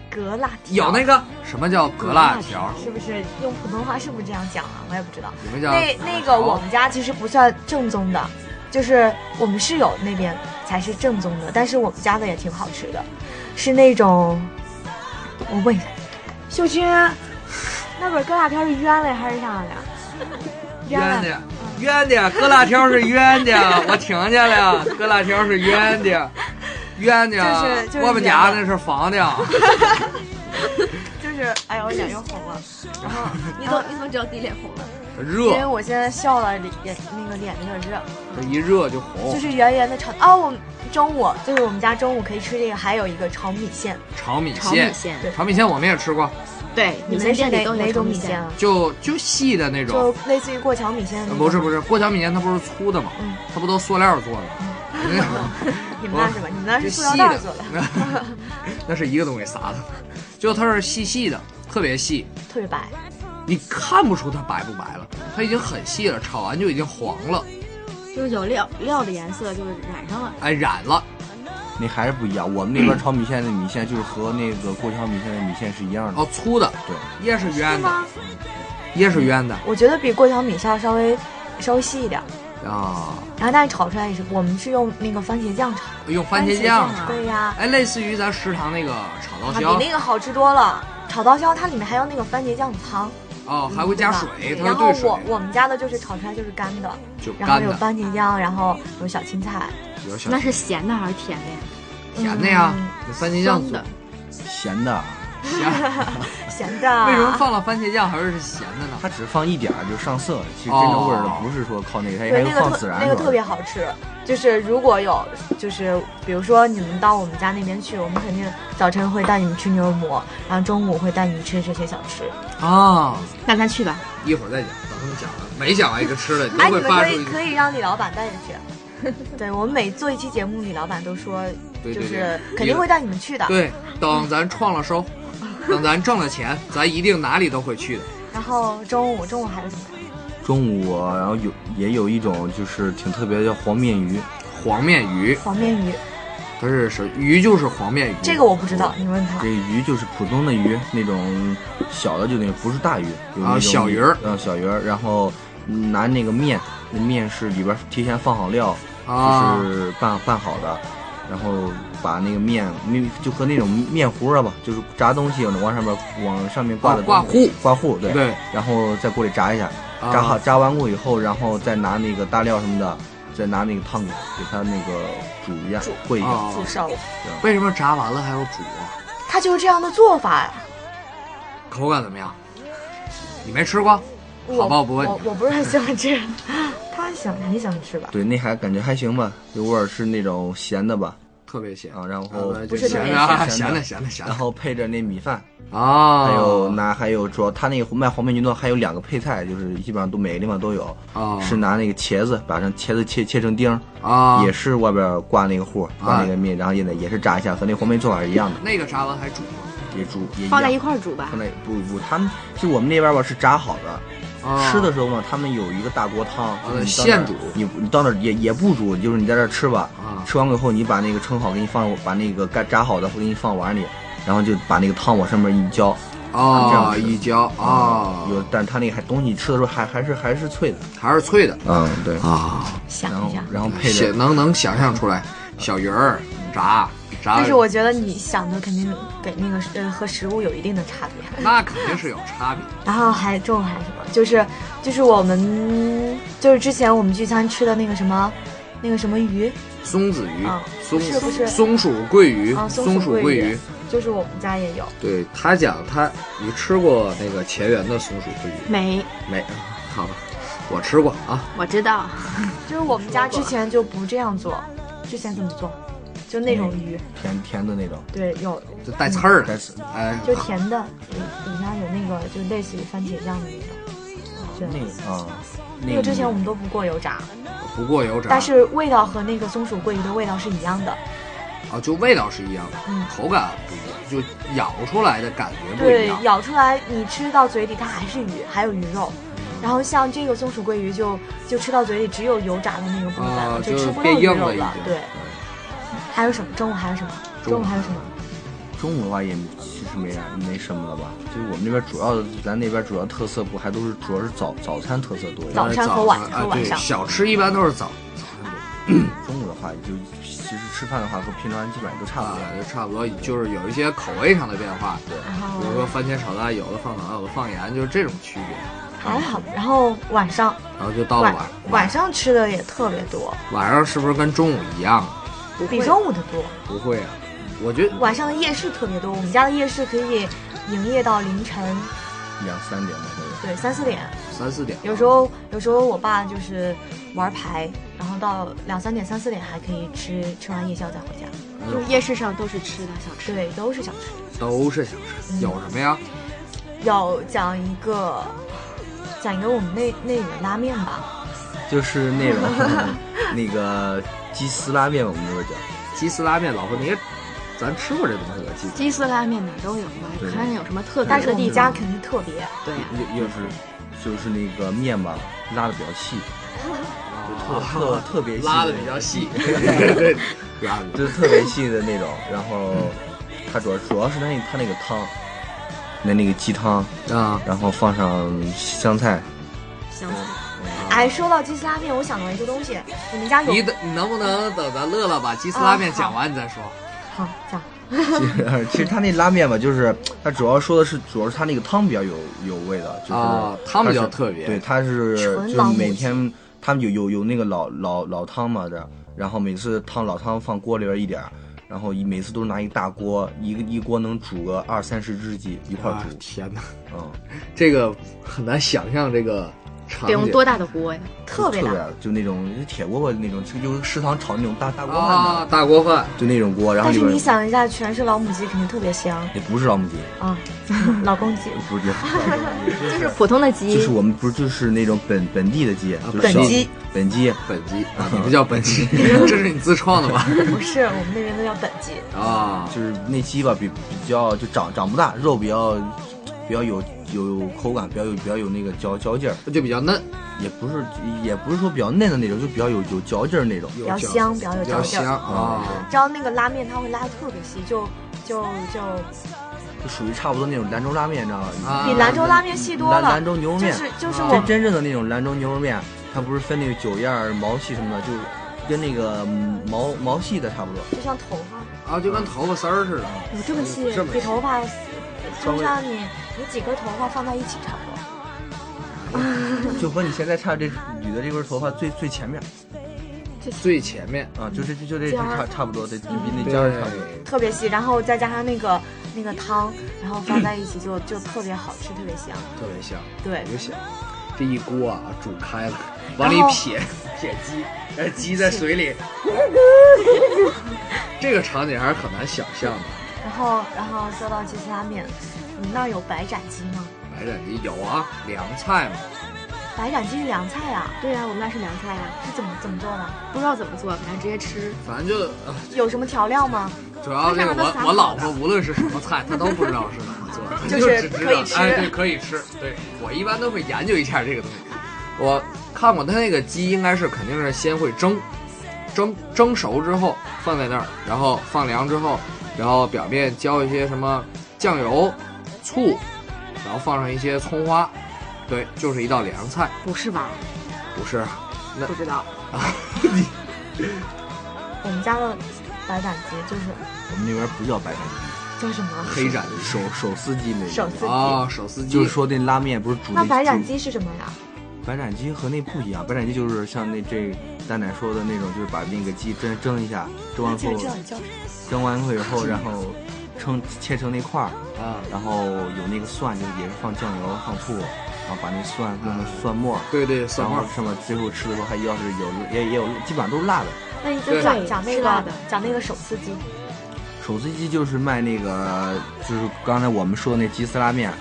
[SPEAKER 2] 格辣条
[SPEAKER 3] 有那个什么叫格辣条？
[SPEAKER 2] 是不是用普通话是不是这样讲啊？我也不知道。
[SPEAKER 3] 你们叫哦
[SPEAKER 2] 那那个我们家其实不算正宗的，就是我们室友那边才是正宗的，但是我们家的也挺好吃的，是那种，我问一下，秀君，那本哥辣条是冤的还是啥的呀？
[SPEAKER 3] 冤
[SPEAKER 2] 的呀。
[SPEAKER 3] 的冤的，格辣条是冤的，我停下来啊，格辣条是冤的，冤的，
[SPEAKER 2] 就是就是
[SPEAKER 3] 我们家那是房的，啊
[SPEAKER 2] 就是，哎呀，我脸又红了。然后
[SPEAKER 4] 你怎么你怎么知道自己脸红了？
[SPEAKER 2] 因为
[SPEAKER 3] 热，
[SPEAKER 2] 我现在笑了，脸那个脸有点热。
[SPEAKER 3] 这一热就红
[SPEAKER 2] 就。是圆圆的炒哦，我们中午就是我们家中午可以吃这个，还有一个炒米线，
[SPEAKER 3] 炒米
[SPEAKER 4] 炒米
[SPEAKER 3] 线，
[SPEAKER 4] 线，
[SPEAKER 2] 对
[SPEAKER 3] 炒米线我们也吃过，
[SPEAKER 4] 对，
[SPEAKER 2] 你
[SPEAKER 4] 你们
[SPEAKER 2] 们是
[SPEAKER 4] 店里
[SPEAKER 2] 哪
[SPEAKER 4] 都有
[SPEAKER 2] 哪种
[SPEAKER 4] 炒
[SPEAKER 2] 米
[SPEAKER 4] 线
[SPEAKER 2] 线啊？
[SPEAKER 3] 就就细的那种
[SPEAKER 2] 就，类似于过桥米线的那种？
[SPEAKER 3] 呃不是不是，过桥米线它不是粗的吗？
[SPEAKER 2] 嗯
[SPEAKER 3] 它不都塑料做的吗？
[SPEAKER 2] 你们那是吧？你们那
[SPEAKER 3] 就是
[SPEAKER 2] 塑料
[SPEAKER 3] 细嗯
[SPEAKER 2] 袋儿做的，
[SPEAKER 3] 的， 那是一个东西撒的，就它是细细的，特别细，
[SPEAKER 2] 特别白。
[SPEAKER 3] 你看不出它白不白了，它已经很细了，炒完就已经黄了，
[SPEAKER 4] 就是有料料的颜色，就是染上了。
[SPEAKER 3] 哎，染了。
[SPEAKER 5] 那还是不一样。我们那边炒米线的米线就是和那个过桥米线的米线是一样的。
[SPEAKER 3] 哦，粗的，
[SPEAKER 5] 对，
[SPEAKER 3] 椰是圆的，椰是圆的
[SPEAKER 2] 我觉得比过桥米线稍微稍微细一点儿，
[SPEAKER 3] 啊，
[SPEAKER 2] 然后但是炒出来也是，我们是用那个番茄酱炒。
[SPEAKER 3] 用番茄酱
[SPEAKER 4] 番茄酱啊
[SPEAKER 3] 炒，
[SPEAKER 2] 对呀，
[SPEAKER 3] 哎，类似于咱食堂那个炒
[SPEAKER 2] 啊
[SPEAKER 3] 刀
[SPEAKER 2] 比
[SPEAKER 3] 削
[SPEAKER 2] 那个好吃多了。炒刀削它里面还有那个番茄酱汤，
[SPEAKER 3] 哦，还会加
[SPEAKER 2] 对吧
[SPEAKER 3] 水，它
[SPEAKER 2] 嗯然
[SPEAKER 3] 是
[SPEAKER 2] 后
[SPEAKER 3] 兑水
[SPEAKER 2] 我，我们家的就是炒出来就是干的，
[SPEAKER 3] 就
[SPEAKER 2] 然后
[SPEAKER 3] 干
[SPEAKER 2] 有
[SPEAKER 3] 的，
[SPEAKER 2] 番茄酱，然后有小青菜，
[SPEAKER 3] 有小
[SPEAKER 4] 那是咸的还是甜的呀？
[SPEAKER 3] 甜的呀，
[SPEAKER 2] 嗯
[SPEAKER 3] 那番茄酱
[SPEAKER 4] 酸的，
[SPEAKER 5] 咸的，
[SPEAKER 3] 咸，
[SPEAKER 2] 咸的。
[SPEAKER 3] 为什么？放了番茄酱还是咸的呢？
[SPEAKER 5] 它只放一点儿就上色，其实真正味儿
[SPEAKER 3] 哦
[SPEAKER 5] 不是说靠那个，它还
[SPEAKER 2] 对，
[SPEAKER 5] 有
[SPEAKER 2] 那个
[SPEAKER 5] 放
[SPEAKER 2] 特
[SPEAKER 5] 孜然
[SPEAKER 2] 那个
[SPEAKER 5] 是吧
[SPEAKER 2] 特别好吃。就是如果有，就是比如说你们到我们家那边去，我们肯定早晨会带你们吃牛肉馍，然后中午会带你们吃这些小吃。
[SPEAKER 3] 啊，
[SPEAKER 4] 那咱去吧。
[SPEAKER 3] 一会儿再讲，等他们讲完，每讲完一个吃的，你
[SPEAKER 2] 哎，
[SPEAKER 3] 都
[SPEAKER 2] 你
[SPEAKER 3] 会
[SPEAKER 2] 们
[SPEAKER 3] 发
[SPEAKER 2] 可
[SPEAKER 3] 出
[SPEAKER 2] 以
[SPEAKER 3] 一个
[SPEAKER 2] 可以让李老板带着去。 对我们每做一期节目，李老板都说，
[SPEAKER 3] 对
[SPEAKER 2] 就
[SPEAKER 3] 对
[SPEAKER 2] 是
[SPEAKER 3] 对，
[SPEAKER 2] 肯定会带你们去的。
[SPEAKER 3] 对，等咱创了收，等咱挣了钱，咱一定哪里都会去的。
[SPEAKER 2] 然后中午中午还有什么呀？
[SPEAKER 5] 中午，然后有也有一种就是挺特别的叫黄面鱼，
[SPEAKER 3] 黄面鱼，
[SPEAKER 2] 黄面鱼，
[SPEAKER 3] 它是什鱼就是黄面鱼，
[SPEAKER 2] 这个我不知道，你问他
[SPEAKER 5] 这。鱼就是普通的鱼，那种小的就那种不是大鱼，有那种
[SPEAKER 3] 啊小鱼儿
[SPEAKER 5] 嗯，小鱼儿，然后拿那个面，那面是里边提前放好料，
[SPEAKER 3] 啊
[SPEAKER 5] 就是拌拌好的，然后把那个面面就和那种面糊儿啊吧，就是炸东西往上面往上面挂的
[SPEAKER 3] 啊挂
[SPEAKER 5] 东西
[SPEAKER 3] 糊
[SPEAKER 5] 挂糊对，
[SPEAKER 3] 对
[SPEAKER 5] 然后在锅里炸一下，
[SPEAKER 3] 啊
[SPEAKER 5] 炸好炸完过以后，然后再拿那个大料什么的，再拿那个汤给它那个煮一下，烩一下。
[SPEAKER 3] 啊
[SPEAKER 2] 煮熟，
[SPEAKER 3] 为什么炸完了还要煮啊？
[SPEAKER 2] 他就是这样的做法呀。
[SPEAKER 3] 口感怎么样？你没吃过？
[SPEAKER 2] 我
[SPEAKER 3] 好吧我不问你
[SPEAKER 2] 我我不是很喜欢吃， 他想你想吃吧？
[SPEAKER 5] 对，那还感觉还行吧，有味儿是那种咸的吧，
[SPEAKER 3] 特别咸
[SPEAKER 5] 啊，然后
[SPEAKER 3] 呃
[SPEAKER 2] 不是特
[SPEAKER 3] 就咸
[SPEAKER 2] 别
[SPEAKER 3] 的啊，
[SPEAKER 5] 咸
[SPEAKER 3] 咸
[SPEAKER 5] 的
[SPEAKER 3] 的咸的咸
[SPEAKER 5] 然
[SPEAKER 3] 的
[SPEAKER 5] 后配着那米饭，
[SPEAKER 3] 啊，
[SPEAKER 5] 还有拿还有主要他那个卖黄面鱼的还有两个配菜，就是基本上都每个地方都有，
[SPEAKER 3] 啊
[SPEAKER 5] 是拿那个茄子，把上茄子切切成丁儿，
[SPEAKER 3] 啊，
[SPEAKER 5] 也是外边挂那个糊，挂那个面，然后也得也是炸一下，和那黄面做法是一样的，
[SPEAKER 3] 那个炸完还煮吗？
[SPEAKER 5] 也煮也
[SPEAKER 4] 放在一
[SPEAKER 5] 样。
[SPEAKER 4] 块儿煮吧
[SPEAKER 5] 放。在不不，他们其实我们那边吧是炸好的，
[SPEAKER 3] 啊
[SPEAKER 5] 吃的时候呢，他们有一个大锅汤，就是你到
[SPEAKER 3] 现
[SPEAKER 5] 那儿
[SPEAKER 3] 煮
[SPEAKER 5] 你你到那儿也也不煮，就是你在这儿吃吧。
[SPEAKER 3] 啊
[SPEAKER 5] 吃完过以后，你把那个盛好，给你放，把那个盖炸好的给你放碗里，然后就把那个汤往上面一浇。这样
[SPEAKER 3] 啊，
[SPEAKER 5] 吃
[SPEAKER 3] 一浇啊，
[SPEAKER 5] 有，但是它那个还东西吃的时候还还是还是脆的。
[SPEAKER 3] 还是脆的
[SPEAKER 5] 嗯，对。
[SPEAKER 3] 啊，
[SPEAKER 5] 然
[SPEAKER 2] 想一
[SPEAKER 5] 后
[SPEAKER 2] 下。
[SPEAKER 5] 然后配
[SPEAKER 3] 想
[SPEAKER 5] 着
[SPEAKER 3] 能能想象出来，小鱼儿炸炸，
[SPEAKER 2] 但是我觉得你想的肯定给那个呃和食物有一定的差别。
[SPEAKER 3] 那肯定是有差别。
[SPEAKER 2] 然后还中午还有什么？就是就是我们就是之前我们聚餐吃的那个什么那个什么鱼，
[SPEAKER 3] 松子鱼
[SPEAKER 2] 啊、
[SPEAKER 3] 松
[SPEAKER 2] 不是不是
[SPEAKER 3] 松鼠桂鱼
[SPEAKER 2] 啊、、
[SPEAKER 3] 松
[SPEAKER 2] 鼠
[SPEAKER 3] 桂
[SPEAKER 2] 鱼，，就是我们家也有。
[SPEAKER 3] 对他讲他，你吃过那个前园的松鼠桂鱼
[SPEAKER 4] 没，
[SPEAKER 3] 没？啊好吧，我吃过啊。
[SPEAKER 4] 我知道。
[SPEAKER 2] 就是我们家之前就不这样做，之前怎么做？就那种鱼，
[SPEAKER 5] 甜甜的那种，
[SPEAKER 2] 对，有
[SPEAKER 3] 就带刺儿
[SPEAKER 5] 该
[SPEAKER 3] 的，
[SPEAKER 5] 是
[SPEAKER 3] 哎，
[SPEAKER 2] 嗯就甜的，底底下有那个就类似于番茄酱的那种。对
[SPEAKER 5] 那个啊，
[SPEAKER 2] 那
[SPEAKER 5] 那
[SPEAKER 2] 个之前我们都不过油炸，
[SPEAKER 3] 不过油炸，
[SPEAKER 2] 但是味道和那个松鼠桂鱼的味道是一样的。
[SPEAKER 3] 啊，就味道是一样的，
[SPEAKER 2] 嗯
[SPEAKER 3] 口感不一样，就咬出来的感觉不一
[SPEAKER 2] 对，
[SPEAKER 3] 样。
[SPEAKER 2] 咬出来你吃到嘴里它还是鱼，还有鱼肉。然后像这个松鼠桂鱼就就吃到嘴里只有油炸的那个部分，
[SPEAKER 3] 啊
[SPEAKER 2] 就
[SPEAKER 3] 就是
[SPEAKER 2] 吃不到
[SPEAKER 3] 变
[SPEAKER 2] 鱼
[SPEAKER 3] 硬
[SPEAKER 2] 肉
[SPEAKER 3] 了已经
[SPEAKER 2] 对，还有什么？中午还有什么？
[SPEAKER 3] 中
[SPEAKER 2] 中
[SPEAKER 3] 午
[SPEAKER 2] 午还有什么？
[SPEAKER 5] 中午的话也其实没啥没什么了吧，就是我们这边主要的，咱那边主要特色不还都是主要是早早餐特色多一点。
[SPEAKER 2] 早餐和晚
[SPEAKER 3] 啊
[SPEAKER 2] 和晚
[SPEAKER 3] 对
[SPEAKER 2] 上
[SPEAKER 3] 小吃一般都是早早上
[SPEAKER 5] 中午的话，就其实吃饭的话和平常基本上都差
[SPEAKER 3] 啊
[SPEAKER 5] 不多。，
[SPEAKER 3] 就差不多，就是有一些口味上的变化，对，
[SPEAKER 2] 然后
[SPEAKER 3] 比如说番茄炒蛋，有的放糖，有的放盐，就是这种区别。
[SPEAKER 2] 还好，然后晚上
[SPEAKER 3] 然后就到了晚
[SPEAKER 2] 晚上吃的也特别多，
[SPEAKER 3] 晚上是不是跟中午一样？
[SPEAKER 2] 比中午的多。
[SPEAKER 3] 不会啊，我觉得
[SPEAKER 2] 晚上的夜市特别多，我们家的夜市可以营业到凌晨，
[SPEAKER 5] 两三点吧，大概。
[SPEAKER 2] 对，三四点。
[SPEAKER 3] 三四点
[SPEAKER 2] 有时候有时候我爸就是玩牌，然后到两三点、三四点还可以吃，吃完夜宵再回家。
[SPEAKER 4] 就是夜市上都是吃的小吃。
[SPEAKER 2] 对，都是小吃。嗯
[SPEAKER 3] 都是小吃，有什么呀？
[SPEAKER 2] 要讲一个，讲一个我们那那里的拉面吧，
[SPEAKER 5] 就是那 种那个鸡丝拉面，我们那边叫。
[SPEAKER 3] 鸡丝拉面，老婆你，咱吃过这东西吧？鸡丝
[SPEAKER 4] 鸡丝拉面哪儿都有吧？
[SPEAKER 5] 对
[SPEAKER 4] 看有什么特别的
[SPEAKER 2] 但
[SPEAKER 4] 吗，
[SPEAKER 2] 是你家肯定特别。
[SPEAKER 4] 对呀、
[SPEAKER 5] 又又是就是那个面吧，拉的比较细，就特特特别细
[SPEAKER 3] 哦啊拉的比较细， 对，拉的比较
[SPEAKER 5] 就是特别细的那种。然后它主要主要是它那它那个汤，那那个鸡汤，
[SPEAKER 3] 细啊。
[SPEAKER 5] 然后放上香菜，
[SPEAKER 4] 香菜
[SPEAKER 2] 哎，说到鸡丝拉面，我想到一个东西，你们家有
[SPEAKER 3] 你等，你能不能等咱乐乐把鸡丝拉面讲完，你再说？
[SPEAKER 2] 啊好讲
[SPEAKER 5] 其实 其实它那拉面吧，就是它主要说的是，主要是它那个汤比较有有味道，就是、
[SPEAKER 3] 啊汤比较
[SPEAKER 5] 它是
[SPEAKER 3] 特别
[SPEAKER 5] 对，它是
[SPEAKER 2] 纯
[SPEAKER 5] 就
[SPEAKER 2] 老母
[SPEAKER 5] 是每天他们有有有那个老老老汤嘛这样，然后每次汤老汤放锅里边一点儿，然后一每次都拿一大锅，一个一锅能煮个二三十只鸡一块儿
[SPEAKER 3] 啊
[SPEAKER 5] 煮，
[SPEAKER 3] 天哪，
[SPEAKER 5] 嗯，
[SPEAKER 3] 这个很难想象这个场
[SPEAKER 4] 得
[SPEAKER 3] 景。
[SPEAKER 4] 用多大的锅呀？
[SPEAKER 2] 特别
[SPEAKER 5] 特
[SPEAKER 2] 大
[SPEAKER 5] 别，就那种铁锅吧那种，就就是食堂炒那种大大锅饭
[SPEAKER 3] 啊
[SPEAKER 5] 的，，
[SPEAKER 3] 大锅饭，
[SPEAKER 5] 就那种锅，然后
[SPEAKER 2] 但
[SPEAKER 5] 里
[SPEAKER 2] 是
[SPEAKER 5] 边
[SPEAKER 2] 你想一下，全是老母鸡，肯定特别香
[SPEAKER 5] 也不是老母鸡，
[SPEAKER 2] 啊， 老公鸡。
[SPEAKER 5] 不 是。
[SPEAKER 4] 就是普通的鸡，
[SPEAKER 5] 就是我们不是就是那种本本地的鸡，就是
[SPEAKER 3] 本
[SPEAKER 5] 小
[SPEAKER 2] 鸡
[SPEAKER 5] 本鸡，
[SPEAKER 3] 本鸡啊，你们叫 本鸡，这是你自创的吧？
[SPEAKER 2] 不是，我们那边都叫本鸡。
[SPEAKER 3] 啊，
[SPEAKER 5] 就是那鸡吧比比较就长长不大，肉比较比较有有口感，比较有比较有那个嚼嚼劲儿，
[SPEAKER 3] 就比较嫩，
[SPEAKER 5] 也不是也不是说比较嫩的那种，就比较有有嚼劲儿那种。
[SPEAKER 3] 比
[SPEAKER 2] 比较香，比较有嗯
[SPEAKER 3] 比
[SPEAKER 2] 嚼
[SPEAKER 3] 较
[SPEAKER 2] 劲
[SPEAKER 3] 香
[SPEAKER 2] 儿。
[SPEAKER 3] 啊。
[SPEAKER 2] 知道那个拉面它会拉的特别细，就就就
[SPEAKER 5] 就属于差不多那种兰州拉面，你知道
[SPEAKER 3] 啊
[SPEAKER 5] 吧？
[SPEAKER 2] 比兰州拉面细多了。
[SPEAKER 5] 兰兰州牛肉面，
[SPEAKER 2] 就是就是
[SPEAKER 3] 啊
[SPEAKER 2] 我
[SPEAKER 5] 真真正的那种兰州牛肉面，它不是分那个酒样儿、毛细什么的，就跟那个嗯毛毛细的差不多。
[SPEAKER 2] 就像头发，
[SPEAKER 3] 啊，就跟头发丝儿似的。
[SPEAKER 2] 有这么细，
[SPEAKER 3] 这么细
[SPEAKER 2] 比头发要细，
[SPEAKER 5] 稍
[SPEAKER 2] 就
[SPEAKER 5] 微
[SPEAKER 2] 像你你几根头发放在一起差不多。
[SPEAKER 5] 就和你现在差这捋的这根头发最最前面
[SPEAKER 3] 最前面，
[SPEAKER 5] 啊，就这就就这
[SPEAKER 2] 尖
[SPEAKER 5] 这
[SPEAKER 2] 儿
[SPEAKER 5] 差差不多，这比
[SPEAKER 2] 嗯
[SPEAKER 5] 那
[SPEAKER 3] 对
[SPEAKER 5] 尖儿差不多。
[SPEAKER 2] 特别细，然后再加上那个那个汤，然后放在一起就就特别好吃，特别香。
[SPEAKER 3] 特别香。
[SPEAKER 2] 对
[SPEAKER 3] 我，就想，这一锅啊煮开了，往里
[SPEAKER 2] 然后
[SPEAKER 3] 撇撇鸡，然后鸡在水 里，这个场景还是很难想象的。
[SPEAKER 2] 然后然后说到鸡丝拉面，你们那儿有白斩鸡吗？
[SPEAKER 3] 白斩鸡有啊，凉菜嘛，
[SPEAKER 2] 白斩鸡是凉菜啊，
[SPEAKER 4] 对呀、我们那是凉菜呀、
[SPEAKER 2] 是怎么怎么做的？
[SPEAKER 4] 不知道怎么做，反正直接吃。
[SPEAKER 3] 反正就、呃
[SPEAKER 2] 有什么调料吗？
[SPEAKER 3] 主要这个
[SPEAKER 4] 那上面都撒
[SPEAKER 3] 我
[SPEAKER 4] 好
[SPEAKER 3] 我老
[SPEAKER 4] 的
[SPEAKER 3] 婆无论是什么菜，她都不知道是怎么做的，她
[SPEAKER 2] 就
[SPEAKER 3] 只
[SPEAKER 2] 是
[SPEAKER 3] 知
[SPEAKER 2] 可以
[SPEAKER 3] 道
[SPEAKER 2] 吃
[SPEAKER 3] 哎，对，可以吃。对我一般都会研究一下这个东西。我看过他那个鸡，应该是肯定是先会蒸，蒸蒸熟之后放在那儿，然后放凉之后，然后表面浇一些什么酱油、醋，然后放上一些葱花，对，就是一道凉菜，
[SPEAKER 4] 不是吧？
[SPEAKER 3] 不是？那
[SPEAKER 4] 不 知道，
[SPEAKER 2] 我们家的白斩鸡就是
[SPEAKER 5] 我们那边不叫白斩鸡，
[SPEAKER 2] 叫什么？啊
[SPEAKER 3] 黑斩
[SPEAKER 5] 手手撕鸡那种。
[SPEAKER 2] 手撕
[SPEAKER 3] 啊，手撕鸡
[SPEAKER 5] 就是说那拉面不是煮
[SPEAKER 2] 那
[SPEAKER 5] 的
[SPEAKER 2] 白斩，鸡是什么呀？
[SPEAKER 5] 煮白斩鸡和那不一样，白斩鸡就是像那这蛋奶说的那种，就是把那个鸡蒸蒸一下，蒸完后
[SPEAKER 2] 叫什么？
[SPEAKER 5] 蒸完后以后，然后称切成那块儿，
[SPEAKER 3] 啊，
[SPEAKER 5] 然后有那个蒜，就是也是放酱油放醋，然后把那蒜弄成蒜末儿，
[SPEAKER 3] 对对，蒜
[SPEAKER 5] 然
[SPEAKER 3] 花
[SPEAKER 5] 后上面最后吃的时候还要是有也也有基本上都是辣的。
[SPEAKER 2] 那你就
[SPEAKER 3] 对
[SPEAKER 2] 讲讲那
[SPEAKER 4] 是辣
[SPEAKER 2] 个
[SPEAKER 4] 的
[SPEAKER 2] 讲那个手撕鸡，
[SPEAKER 5] 手撕鸡就是卖那个，就是刚才我们说的那鸡丝拉面，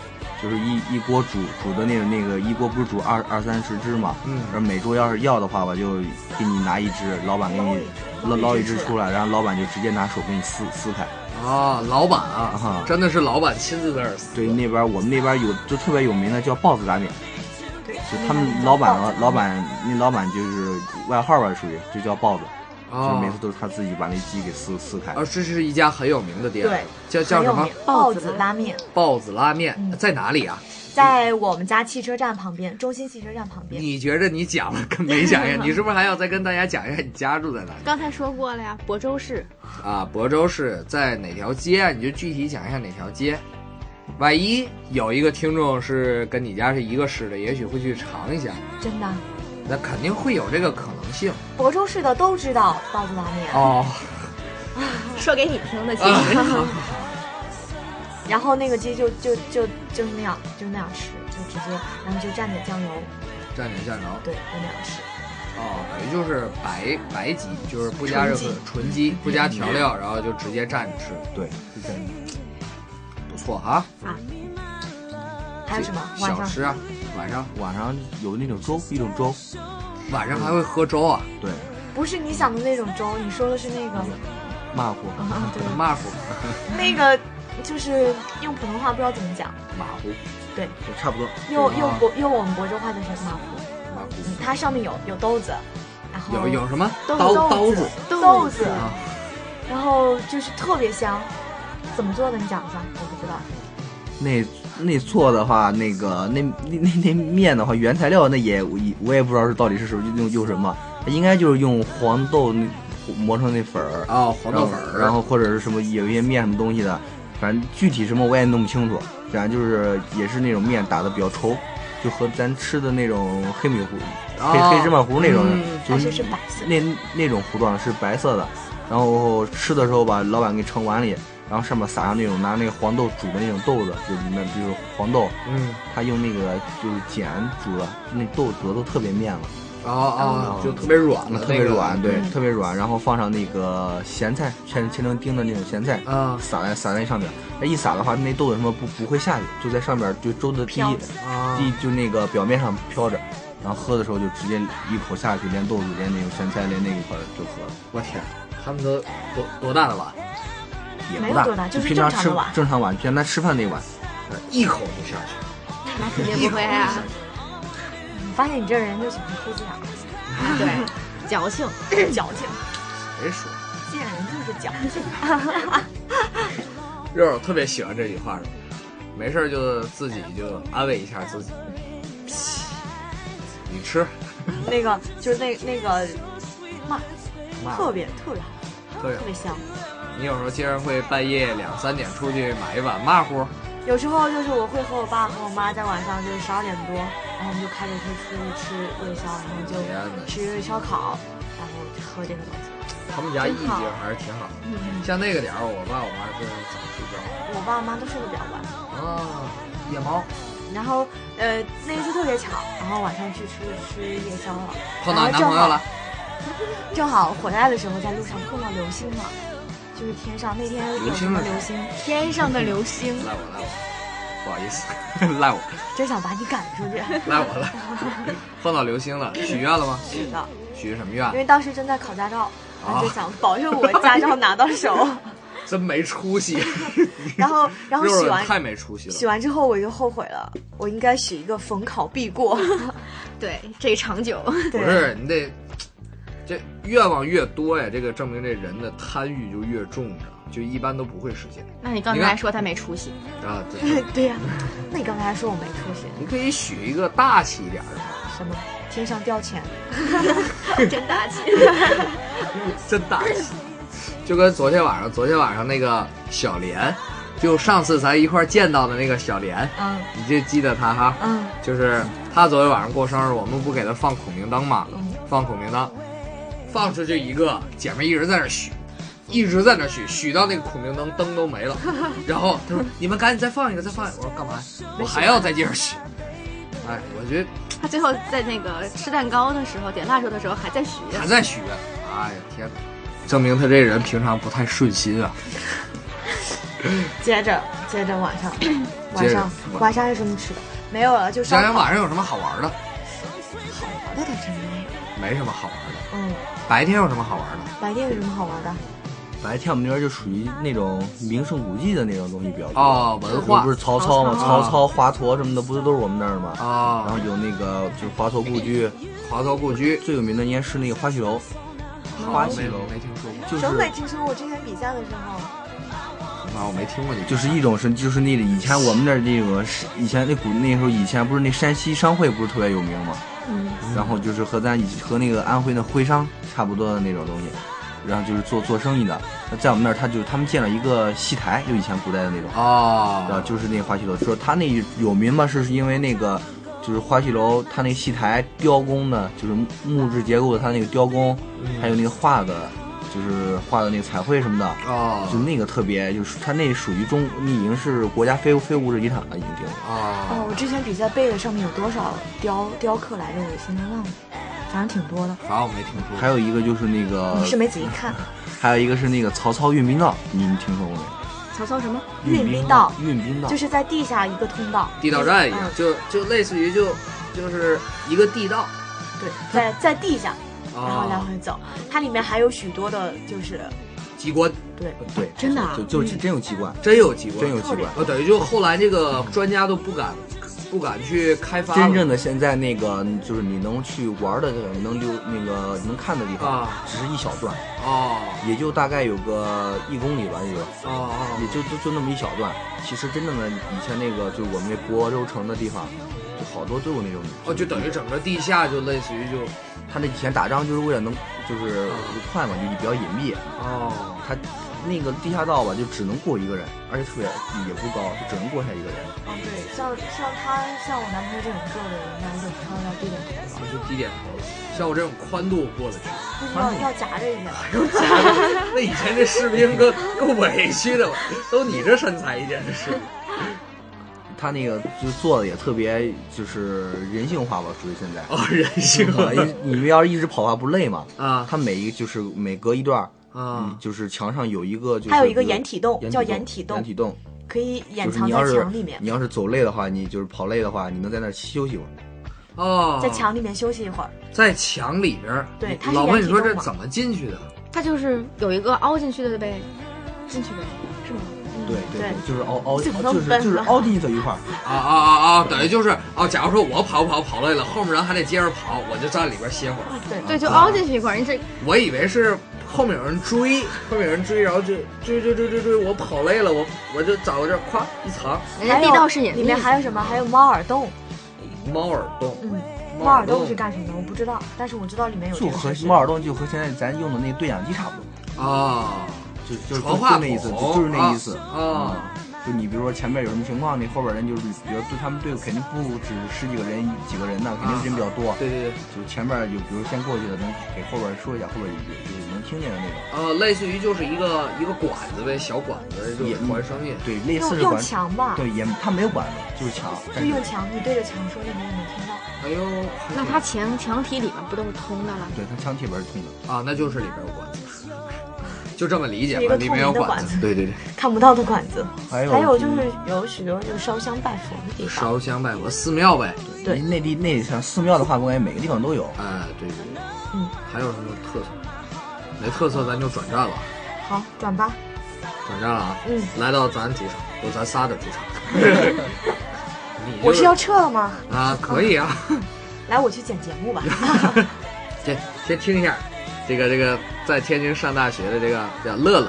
[SPEAKER 5] 就是一一锅煮煮的那个那个一锅不是煮二二三十只嘛，
[SPEAKER 3] 嗯
[SPEAKER 5] 然后每桌要是要的话吧，就给你拿一只，老板给你
[SPEAKER 2] 捞
[SPEAKER 5] 捞
[SPEAKER 2] 一只
[SPEAKER 5] 捞一只出来，然后老板就直接拿手给你撕撕开。
[SPEAKER 3] 啊，老板啊
[SPEAKER 5] 啊，
[SPEAKER 3] 真的是老板亲自在那儿撕
[SPEAKER 5] 对，那边我们那边有就特别有名的叫豹子拉面，
[SPEAKER 2] 对，
[SPEAKER 5] 就他们老板
[SPEAKER 2] 啊
[SPEAKER 5] 啊，，老板那老板就是外号吧，属于就叫豹子，就是
[SPEAKER 3] 啊
[SPEAKER 5] 每次都是他自己把那鸡给撕撕开。
[SPEAKER 3] 啊，这是一家很有名的店，
[SPEAKER 2] 对，
[SPEAKER 3] 叫叫
[SPEAKER 2] 很
[SPEAKER 3] 什
[SPEAKER 2] 有
[SPEAKER 3] 么
[SPEAKER 2] 名
[SPEAKER 4] 豹
[SPEAKER 2] 豹
[SPEAKER 4] 子
[SPEAKER 2] 子拉面，
[SPEAKER 3] 豹子拉面，
[SPEAKER 2] 嗯
[SPEAKER 3] 在哪里啊？
[SPEAKER 2] 在我们家汽车站旁边，中心汽车站旁边。
[SPEAKER 3] 你觉着你讲了跟没 讲一样？你是不是还要再跟大家讲一下你家住在哪里
[SPEAKER 4] 刚才说过了呀，亳州市
[SPEAKER 3] 啊？亳州市在哪条街啊？你就具体讲一下哪条街。万一有一个听众是跟你家是一个市的，也许会去尝一下，
[SPEAKER 2] 真的，
[SPEAKER 3] 那肯定会有这个可能性
[SPEAKER 2] 亳州市的都知道豹子拉面，
[SPEAKER 3] 哦。
[SPEAKER 4] 说给你听的，其
[SPEAKER 3] 啊
[SPEAKER 4] 实、
[SPEAKER 2] 然后那个鸡就就就就是那样，就那样吃，就直接，然后就蘸点酱油，
[SPEAKER 3] 蘸点酱油
[SPEAKER 2] 对，就那样吃。
[SPEAKER 3] 哦，等于就是白白鸡，就是不加任何
[SPEAKER 2] 纯鸡
[SPEAKER 3] 纯鸡，不加调料，然后就直接蘸着吃，
[SPEAKER 5] 对，
[SPEAKER 3] 不错哈。
[SPEAKER 4] 啊，
[SPEAKER 2] 还有什么晚
[SPEAKER 3] 啊小
[SPEAKER 2] 上
[SPEAKER 3] 吃啊，晚上
[SPEAKER 5] 晚上有那种粥，一种粥，
[SPEAKER 3] 晚上还会喝粥啊，
[SPEAKER 5] 对，
[SPEAKER 2] 不是你想的那种粥，你说的是那个，
[SPEAKER 5] 麻糊，
[SPEAKER 2] 啊对，
[SPEAKER 3] 马虎
[SPEAKER 2] 那个就是用普通话不知道怎么讲，
[SPEAKER 3] 马虎
[SPEAKER 5] 差不多。
[SPEAKER 2] 用
[SPEAKER 3] 啊
[SPEAKER 2] 用国用我们国州话就是麻糊，
[SPEAKER 3] 马虎，
[SPEAKER 2] 嗯它上面有有兜子，然后
[SPEAKER 3] 有有什么
[SPEAKER 2] 豆
[SPEAKER 3] 刀刀
[SPEAKER 2] 豆
[SPEAKER 3] 子
[SPEAKER 2] 豆子，
[SPEAKER 3] 啊？
[SPEAKER 2] 然后就是特别香，怎么做的你讲一下，我不知道。
[SPEAKER 5] 那那错的话，那个那那那那面的话，原材料那也我也我也不知道是到底是什么用用什么，应该就是用黄豆那磨成那粉儿，
[SPEAKER 3] 哦，黄豆粉
[SPEAKER 5] 然
[SPEAKER 3] 儿，
[SPEAKER 5] 后然后或者是什么有一些面什么东西的，反正具体什么我也弄不清楚。反正就是也是那种面打的比较稠，就和咱吃的那种黑米糊、黑
[SPEAKER 3] 哦
[SPEAKER 5] 黑芝麻糊那种，
[SPEAKER 3] 嗯
[SPEAKER 5] 就
[SPEAKER 2] 但
[SPEAKER 5] 是
[SPEAKER 2] 是是白色的，
[SPEAKER 5] 那那种糊状是白色的，然后吃的时候把老板给盛碗里，然后上面撒上那种拿那个黄豆煮的那种豆子，就那就是黄豆，
[SPEAKER 3] 嗯，
[SPEAKER 5] 他用那个就是碱煮的，那豆煮的都特别面了，
[SPEAKER 3] 哦哦，
[SPEAKER 5] 嗯
[SPEAKER 3] 就特别软
[SPEAKER 5] 那
[SPEAKER 3] 了，
[SPEAKER 5] 特别软，对，
[SPEAKER 2] 嗯
[SPEAKER 5] 特别软，然后放上那个咸菜，切切成丁的那种咸菜，
[SPEAKER 3] 啊
[SPEAKER 5] 撒在撒在上面，那一撒的话，那豆子什么不不会下去，就在上面就粥的第
[SPEAKER 2] 飘
[SPEAKER 5] 一
[SPEAKER 2] 着
[SPEAKER 3] 啊
[SPEAKER 5] 第一就那个表面上飘着。然后喝的时候就直接一口下去，连豆子、连那个咸菜、连那一块儿就喝了。
[SPEAKER 3] 我天，他们都多多大的碗？
[SPEAKER 5] 也
[SPEAKER 2] 没
[SPEAKER 5] 不
[SPEAKER 2] 有
[SPEAKER 5] 大，
[SPEAKER 2] 多大就是
[SPEAKER 5] 平常
[SPEAKER 2] 正常
[SPEAKER 5] 吃
[SPEAKER 2] 的碗
[SPEAKER 5] 正常碗，平常他吃饭那碗，
[SPEAKER 3] 一口就下去，
[SPEAKER 4] 那肯定不会
[SPEAKER 3] 一
[SPEAKER 4] 啊
[SPEAKER 3] 口就下，去
[SPEAKER 2] 我发现你这人就喜欢抠字 眼，
[SPEAKER 4] 对，矫情。
[SPEAKER 2] 矫情，
[SPEAKER 3] 谁说？
[SPEAKER 2] 见人就是矫情。
[SPEAKER 3] 肉肉特别喜欢这句话，没事儿就自己就安慰一下自己。 你吃，
[SPEAKER 2] 那个就是那那个麻，
[SPEAKER 3] 麻
[SPEAKER 2] 特别特别好，
[SPEAKER 3] 特别
[SPEAKER 2] 特别香。
[SPEAKER 3] 你有时候竟然会半夜两三点出去买一碗麻糊，
[SPEAKER 2] 有时候就是我会和我爸和我妈在晚上就是十二点多，然后我们就开着车出去吃夜宵，然后就
[SPEAKER 3] 天哪
[SPEAKER 2] 吃烧烤，然后喝这个东西。
[SPEAKER 3] 他们家意境还是挺好的。
[SPEAKER 2] 嗯
[SPEAKER 3] 像那个点儿，我爸我妈真是早睡觉
[SPEAKER 2] 我爸妈都睡得比较晚，
[SPEAKER 3] 啊，夜猫
[SPEAKER 2] 然后呃那一次特别巧，然后晚上去吃吃夜宵了，
[SPEAKER 3] 碰到你男朋友了，
[SPEAKER 2] 正好回来的时候在路上碰到流星了，就是天上那天有什么
[SPEAKER 3] 流
[SPEAKER 2] 流星，
[SPEAKER 4] 天上的流星，
[SPEAKER 3] 赖我赖我，不好意思， 赖我
[SPEAKER 2] 真想把你赶出去。
[SPEAKER 3] 赖我赖我， 碰到流星了，许愿了吗？
[SPEAKER 2] 是的，
[SPEAKER 3] 许什么
[SPEAKER 2] 因
[SPEAKER 3] 愿？
[SPEAKER 2] 为当时正在考驾照，然后就
[SPEAKER 3] 啊
[SPEAKER 2] 想保证我驾照拿到手。
[SPEAKER 3] 真没出息，
[SPEAKER 2] 然后， 然后
[SPEAKER 3] 肉
[SPEAKER 2] 洗
[SPEAKER 3] 肉
[SPEAKER 2] 完
[SPEAKER 3] 太没出息了
[SPEAKER 2] 洗。完之后我就后悔了，我应该许一个逢考必过。
[SPEAKER 4] 对，这长久。
[SPEAKER 3] 不
[SPEAKER 2] 对，
[SPEAKER 3] 是你得，这愿望越多呀，这个证明这人的贪欲就越重，你知道吗就一般都不会实现
[SPEAKER 4] 那你刚
[SPEAKER 3] 你看
[SPEAKER 4] 才说他没出息，
[SPEAKER 3] 啊。对，
[SPEAKER 2] 对 呀、那你刚才还说我没出息，
[SPEAKER 3] 你可以许一个大气一点的嘛，
[SPEAKER 2] 什么天上掉钱，
[SPEAKER 4] 真大气。
[SPEAKER 3] 真大气。就跟昨天晚上，昨天晚上那个小莲，就上次咱一块儿见到的那个小莲，
[SPEAKER 2] 嗯
[SPEAKER 3] 你就记得她哈，
[SPEAKER 2] 嗯，
[SPEAKER 3] 就是她昨天晚上过生日，我们不给她放孔明灯嘛
[SPEAKER 2] 嗯，
[SPEAKER 3] 放孔明灯，放出去一个，姐妹一直在那儿许，一直在那儿许，许到那个孔明灯灯都没了，然后她说你们赶紧再放一个，再放一个，我说干嘛呀？我还要再接着许，哎，我觉得
[SPEAKER 4] 他最后在那个吃蛋糕的时候，点蜡烛的时候还在许愿
[SPEAKER 3] 还。在许，哎呀天哪，证明她这人平常不太顺心啊。
[SPEAKER 2] 接着接着晚上晚
[SPEAKER 3] 接着
[SPEAKER 2] 上晚上有什么吃的？没有了，就烧
[SPEAKER 3] 想想
[SPEAKER 2] 烤。
[SPEAKER 3] 晚上有什么好玩的？
[SPEAKER 2] 好玩的倒真没有。
[SPEAKER 3] 没什么好玩的。
[SPEAKER 2] 嗯，
[SPEAKER 3] 白天有什么好玩的？
[SPEAKER 2] 白天有什么好玩的？
[SPEAKER 5] 白天我们那边就属于那种名胜古迹的那种东西比较多。
[SPEAKER 3] 哦，文化
[SPEAKER 5] 不是曹操
[SPEAKER 2] 啊
[SPEAKER 5] 嘛，
[SPEAKER 3] 曹
[SPEAKER 5] 曹
[SPEAKER 3] 操
[SPEAKER 5] 操、华佗什么的，不是都是我们那儿的吗？然后
[SPEAKER 3] 啊，
[SPEAKER 5] 有那个就是华佗故居，
[SPEAKER 3] 华佗故居，
[SPEAKER 5] 最有名的应该是那个花絮楼，花
[SPEAKER 3] 哦没
[SPEAKER 5] 絮楼
[SPEAKER 3] 没听说过，
[SPEAKER 5] 就是
[SPEAKER 2] 省北听说我之前比赛的时候，
[SPEAKER 3] 那我没听过你。
[SPEAKER 5] 就是一种是就是那个以前我们那儿那个是以前那古那时候以前不是那山西商会不是特别有名吗？
[SPEAKER 2] 嗯，
[SPEAKER 5] 然后就是和咱以和那个安徽的徽商差不多的那种东西，然后就是做做生意的。那在我们那儿，他就他们建了一个戏台，就以前古代的那种，然后
[SPEAKER 3] 哦，
[SPEAKER 5] 就是那个花絮楼。说他那有名嘛，是因为那个就是花絮楼，他那个戏台雕工的，就是木质结构的，他那个雕工，还有那个画的，就是画的那个彩绘什么的。啊就
[SPEAKER 3] 哦，
[SPEAKER 5] 那个特别，就是他那属于中，那已经是国家非非物质遗产了，已经这个。
[SPEAKER 2] 哦，
[SPEAKER 3] 哦，
[SPEAKER 2] 我之前比赛背的上面有多少雕雕刻来着？我现在忘了，反正挺多的。
[SPEAKER 3] 反正我没听说
[SPEAKER 5] 还
[SPEAKER 3] 过。
[SPEAKER 5] 有一个就是那个
[SPEAKER 2] 嗯你是没仔细看，
[SPEAKER 5] 还有一个是那个曹操运兵道，你们听说过没有？
[SPEAKER 2] 曹操什么
[SPEAKER 6] 运
[SPEAKER 2] 运
[SPEAKER 6] 兵
[SPEAKER 2] 兵道，
[SPEAKER 6] 运兵道
[SPEAKER 2] 就是在地下一个通道，
[SPEAKER 3] 地道战一样
[SPEAKER 2] 嗯，
[SPEAKER 3] 就就类似于就就是一个地道
[SPEAKER 2] 嗯对，在在地下，然后来
[SPEAKER 3] 啊，
[SPEAKER 2] 回走，它里面还有许多的，就是
[SPEAKER 3] 机关
[SPEAKER 2] 对
[SPEAKER 5] 呃对，
[SPEAKER 4] 真的啊
[SPEAKER 5] 就
[SPEAKER 2] 嗯
[SPEAKER 5] 就是真有机关，
[SPEAKER 3] 真有机关，
[SPEAKER 5] 真有机关。
[SPEAKER 3] 呃，等于就后来这个专家都不敢不敢去开发了
[SPEAKER 5] 真正的现在那个就是你能去玩的地方，能留那个能看的地方，
[SPEAKER 3] 啊
[SPEAKER 5] 只是一小段，
[SPEAKER 3] 哦
[SPEAKER 5] 也就大概有个一公里吧，也就。
[SPEAKER 3] 哦哦
[SPEAKER 5] 也就就就那么一小段。其实真正的以前那个，就是我们那亳州城的地方，就好多都有那种。
[SPEAKER 3] 哦，就等于整个地下就类似于就
[SPEAKER 5] 他那以前打仗就是为了能，就是快嘛，就比较隐蔽。
[SPEAKER 3] 哦
[SPEAKER 5] 他那个地下道吧，就只能过一个人，而且特别也不高，就只能过下一个人。
[SPEAKER 2] 嗯哦对，像像他像我男朋友这种做的人，应该就稍微要低点头了，
[SPEAKER 3] 就低点头了。像我这种宽度过得去，
[SPEAKER 2] 就是要要夹着一下。
[SPEAKER 3] 那以前这士兵够够委屈的，都你这身材一点是
[SPEAKER 5] 他那个就做的也特别就是人性化吧，属于现在。
[SPEAKER 3] 哦，人性化
[SPEAKER 5] 啊，你你们要是一直跑的话不累吗？
[SPEAKER 3] 啊
[SPEAKER 5] 他每一个就是每隔一段儿，
[SPEAKER 3] 啊
[SPEAKER 5] 嗯，就是墙上有一个就是
[SPEAKER 2] 还有一个
[SPEAKER 5] 比如
[SPEAKER 2] 掩体洞叫掩体洞
[SPEAKER 5] 掩体洞，
[SPEAKER 2] 可以掩
[SPEAKER 5] 就是
[SPEAKER 2] 藏
[SPEAKER 5] 你
[SPEAKER 2] 在
[SPEAKER 5] 要是
[SPEAKER 2] 墙里面，
[SPEAKER 5] 你要是走累的话，你就是跑累的话，你能在那儿休息一会儿。
[SPEAKER 3] 哦，
[SPEAKER 2] 在墙里面休息一会儿。
[SPEAKER 3] 在墙里边儿。
[SPEAKER 2] 对它是
[SPEAKER 3] 老问你说
[SPEAKER 2] 掩体
[SPEAKER 3] 这
[SPEAKER 2] 洞嘛
[SPEAKER 3] 怎么进去的？
[SPEAKER 4] 它就是有一个凹进去的呗，进去呗，是吗？
[SPEAKER 5] 对对
[SPEAKER 2] 对
[SPEAKER 5] 就是凹凹，
[SPEAKER 2] 怎么
[SPEAKER 5] 就是
[SPEAKER 2] 分
[SPEAKER 5] 就是
[SPEAKER 2] 呢
[SPEAKER 5] 凹进去一块儿。
[SPEAKER 3] 啊啊啊啊！等于就是哦，假如说我跑跑跑累了，后面人还得接着跑，我就站里边歇会儿。
[SPEAKER 2] 对，
[SPEAKER 4] 对，就凹进去一块儿，你这
[SPEAKER 3] 我以为是后面有人追，后面有人追，然后就追追追追追，我跑累了，我我就找个地儿咵一藏，
[SPEAKER 4] 人家
[SPEAKER 2] 还
[SPEAKER 4] 哎地
[SPEAKER 2] 有
[SPEAKER 4] 道是隐蔽的，
[SPEAKER 2] 里面还有什么？还有猫耳洞，
[SPEAKER 3] 猫耳洞，
[SPEAKER 2] 嗯，
[SPEAKER 3] 猫
[SPEAKER 2] 猫
[SPEAKER 3] 耳
[SPEAKER 2] 耳
[SPEAKER 3] 洞
[SPEAKER 2] 洞是干什么的？我不知道，但是我知道里面有这
[SPEAKER 5] 就
[SPEAKER 2] 个
[SPEAKER 5] 和
[SPEAKER 2] 设施
[SPEAKER 5] 猫耳洞就和现在咱用的那对讲机差不多，
[SPEAKER 3] 啊，
[SPEAKER 5] 就就就
[SPEAKER 3] 传话
[SPEAKER 5] 就那意思，
[SPEAKER 3] 筒
[SPEAKER 5] 就是那意思
[SPEAKER 3] 啊啊。
[SPEAKER 5] 嗯就你比如说前面有什么情况，那后边人就是，比如对他们队伍肯定不止十几个人几个人呢，肯定是人比较多。
[SPEAKER 3] 啊对对对，
[SPEAKER 5] 就前面有，比如先过去的，能给后边说一下，后边有就是能听见的那种。
[SPEAKER 3] 呃，类似于就是一个一个管子呗，小管子就
[SPEAKER 5] 也
[SPEAKER 3] 传声音。
[SPEAKER 5] 对，类
[SPEAKER 2] 用
[SPEAKER 5] 似是管
[SPEAKER 2] 用墙吧，
[SPEAKER 5] 对，也他没有管子，就是墙，
[SPEAKER 2] 就
[SPEAKER 5] 但是
[SPEAKER 2] 用墙，你对着墙说那个，你能听到。
[SPEAKER 3] 哎呦，
[SPEAKER 4] 那它墙墙体里面不都是通的了？
[SPEAKER 5] 对它墙体边儿通的。
[SPEAKER 3] 啊，那就是里边有管子，就这么理解
[SPEAKER 2] 是一
[SPEAKER 3] 吧，
[SPEAKER 2] 个
[SPEAKER 3] 里面有
[SPEAKER 2] 透明的
[SPEAKER 3] 管
[SPEAKER 2] 管
[SPEAKER 3] 子。对对对，
[SPEAKER 2] 看不到的管子，
[SPEAKER 5] 还有
[SPEAKER 2] 还有
[SPEAKER 3] 嗯
[SPEAKER 2] 就是有许多就是烧香拜佛的地方，
[SPEAKER 3] 烧香拜佛，寺庙呗。
[SPEAKER 2] 对
[SPEAKER 5] 内地内像寺庙的话，我感觉每个地方都有。
[SPEAKER 3] 哎，对对对，
[SPEAKER 2] 嗯，
[SPEAKER 3] 还有什么特色？没特色咱就转战了，
[SPEAKER 2] 好转吧，
[SPEAKER 3] 转战了啊！
[SPEAKER 2] 嗯，
[SPEAKER 3] 来到咱主场，有咱仨的主 场。你就是
[SPEAKER 2] 我是要撤了吗？
[SPEAKER 3] 啊，可 以啊，
[SPEAKER 2] 来，我去剪节目 吧。
[SPEAKER 3] 先先听一下，这个这个在天津上大学的这个叫乐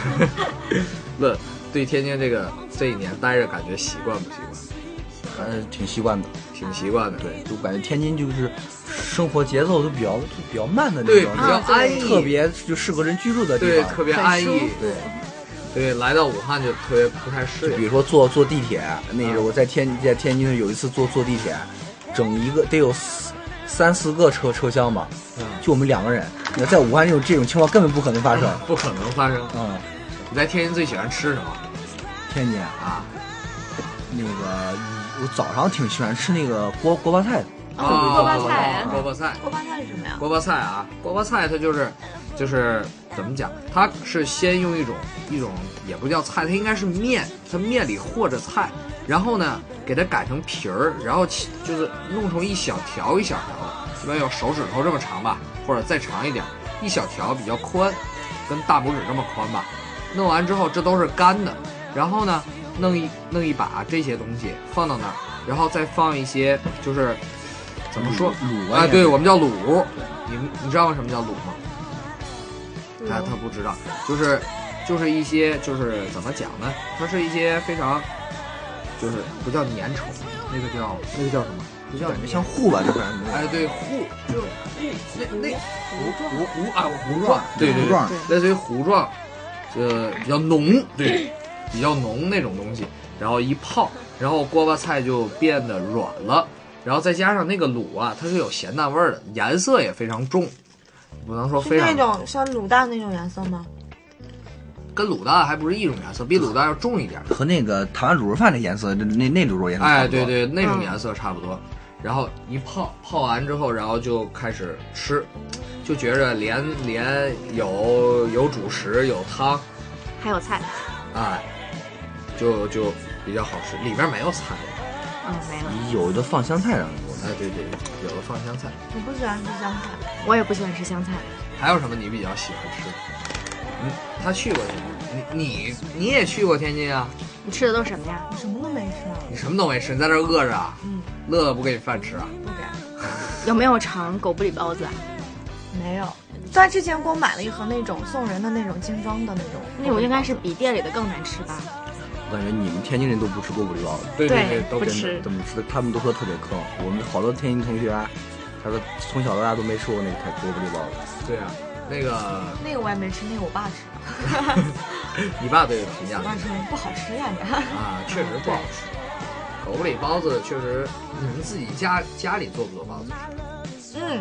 [SPEAKER 3] 乐，乐对天津这个这一年待着感觉习惯不习惯？
[SPEAKER 5] 呃，挺习惯的。
[SPEAKER 3] 挺习惯的，
[SPEAKER 5] 对，就感觉天津就是生活节奏都比较就比较慢的那
[SPEAKER 3] 对，
[SPEAKER 5] 种，
[SPEAKER 3] 比较
[SPEAKER 5] 就
[SPEAKER 3] 安逸，
[SPEAKER 5] 特别就适合人居住的地
[SPEAKER 3] 对
[SPEAKER 5] 方。
[SPEAKER 3] 特别安
[SPEAKER 2] 很
[SPEAKER 3] 逸
[SPEAKER 2] 舒，
[SPEAKER 5] 对，
[SPEAKER 3] 对，来到武汉就特别不太适
[SPEAKER 5] 就比
[SPEAKER 3] 应
[SPEAKER 5] 如说坐坐地铁，那是
[SPEAKER 3] 嗯
[SPEAKER 5] 我在天在天津有一次坐坐地铁，整一个得有四三四个车车厢吧，
[SPEAKER 3] 嗯
[SPEAKER 5] 就我们两个人。那在武汉这种这种情况根本不可能发生。
[SPEAKER 3] 不可能发生。
[SPEAKER 5] 嗯，
[SPEAKER 3] 你在天津最喜欢吃什么
[SPEAKER 5] 天津
[SPEAKER 3] 啊？
[SPEAKER 5] 那个我早上挺喜欢吃那个锅锅巴菜的。
[SPEAKER 3] 啊，
[SPEAKER 2] 哦
[SPEAKER 4] 锅巴菜
[SPEAKER 3] 锅巴菜，
[SPEAKER 2] 锅巴菜是什么呀？
[SPEAKER 3] 锅巴菜啊，锅巴菜它就是就是怎么讲？它是先用一种一种也不叫菜，它应该是面，它面里和着菜，然后呢给它擀成皮儿，然后起就是弄成一小条一小条，基本有手指头这么长吧，或者再长一点，一小条比较宽，跟大拇指这么宽吧。弄完之后，这都是干的，然后呢，弄一弄一把这些东西放到那儿，然后再放一些就是怎么说
[SPEAKER 5] 卤卤啊
[SPEAKER 3] 啊？对，
[SPEAKER 5] 也是
[SPEAKER 3] 我们叫卤。你们你知道什么叫卤吗？他
[SPEAKER 2] 嗯
[SPEAKER 3] 他不知道，就是就是一些就是怎么讲呢？它是一些非常就是不叫粘稠，那个叫那个叫什么？不叫
[SPEAKER 5] 感觉像糊吧，这反正
[SPEAKER 3] 哎，对糊就糊那那糊糊糊啊糊
[SPEAKER 5] 糊
[SPEAKER 3] 状
[SPEAKER 5] 状，
[SPEAKER 3] 对对
[SPEAKER 5] 糊状
[SPEAKER 3] 对，类似于糊状，呃比较浓，对， 比较浓那种东西，然后一泡，然后锅巴菜就变得软了，然后再加上那个卤啊，它是有咸淡味儿的，颜色也非常重，不能说
[SPEAKER 2] 是
[SPEAKER 3] 非
[SPEAKER 2] 那
[SPEAKER 3] 常
[SPEAKER 2] 种像卤蛋那种颜色吗？
[SPEAKER 3] 跟卤蛋还不是一种颜色，比卤蛋要重一点儿。
[SPEAKER 5] 和那个台湾卤肉饭的颜色，那那那卤肉颜色差
[SPEAKER 3] 哎，
[SPEAKER 5] 不
[SPEAKER 3] 对，
[SPEAKER 5] 多
[SPEAKER 3] 对，那种
[SPEAKER 2] 嗯
[SPEAKER 3] 颜色差不多。然后一泡泡完之后，然后就开始吃，就觉着连连有有主食有汤，
[SPEAKER 4] 还有菜，
[SPEAKER 3] 哎，就就比较好吃，里边没有菜，
[SPEAKER 4] 嗯，没有，
[SPEAKER 5] 有的放香菜啊上去，
[SPEAKER 3] 哎对对，有的放香菜。
[SPEAKER 2] 你不喜欢吃香菜？
[SPEAKER 4] 我也不喜欢吃香菜。
[SPEAKER 3] 还有什么你比较喜欢吃？嗯，他去过天津，你你你也去过天津啊？
[SPEAKER 4] 你吃的都是什么呀？
[SPEAKER 2] 我什么都没吃啊。
[SPEAKER 3] 你什么都没吃，你在这儿饿着啊？
[SPEAKER 2] 嗯，
[SPEAKER 3] 乐乐不给你饭吃啊？
[SPEAKER 2] 不给，
[SPEAKER 4] 有没有尝狗不理包子啊？
[SPEAKER 2] 没有。在之前给我买了一盒那种送人的那种精装的那种，
[SPEAKER 4] 那种应该是比店里的更难吃吧？
[SPEAKER 5] 我感觉你们天津人都不吃锅不理包子，
[SPEAKER 3] 对
[SPEAKER 4] 对
[SPEAKER 3] 对，都
[SPEAKER 4] 不
[SPEAKER 3] 真的
[SPEAKER 4] 吃
[SPEAKER 5] 怎么吃？他们都说特别坑。我们好多天津同学、啊，他说从小到大都没吃过那个太锅不理包子。
[SPEAKER 3] 对啊。那个，
[SPEAKER 2] 那个我也没吃，那个我爸吃了，
[SPEAKER 3] 你爸对这个评价
[SPEAKER 2] 我
[SPEAKER 3] 怎
[SPEAKER 2] 爸
[SPEAKER 3] 么样
[SPEAKER 2] 说不好吃呀你。 嗯
[SPEAKER 3] 啊，确实不好吃。狗不理包子确实，你们自己家家里做不做包子吃？
[SPEAKER 2] 嗯，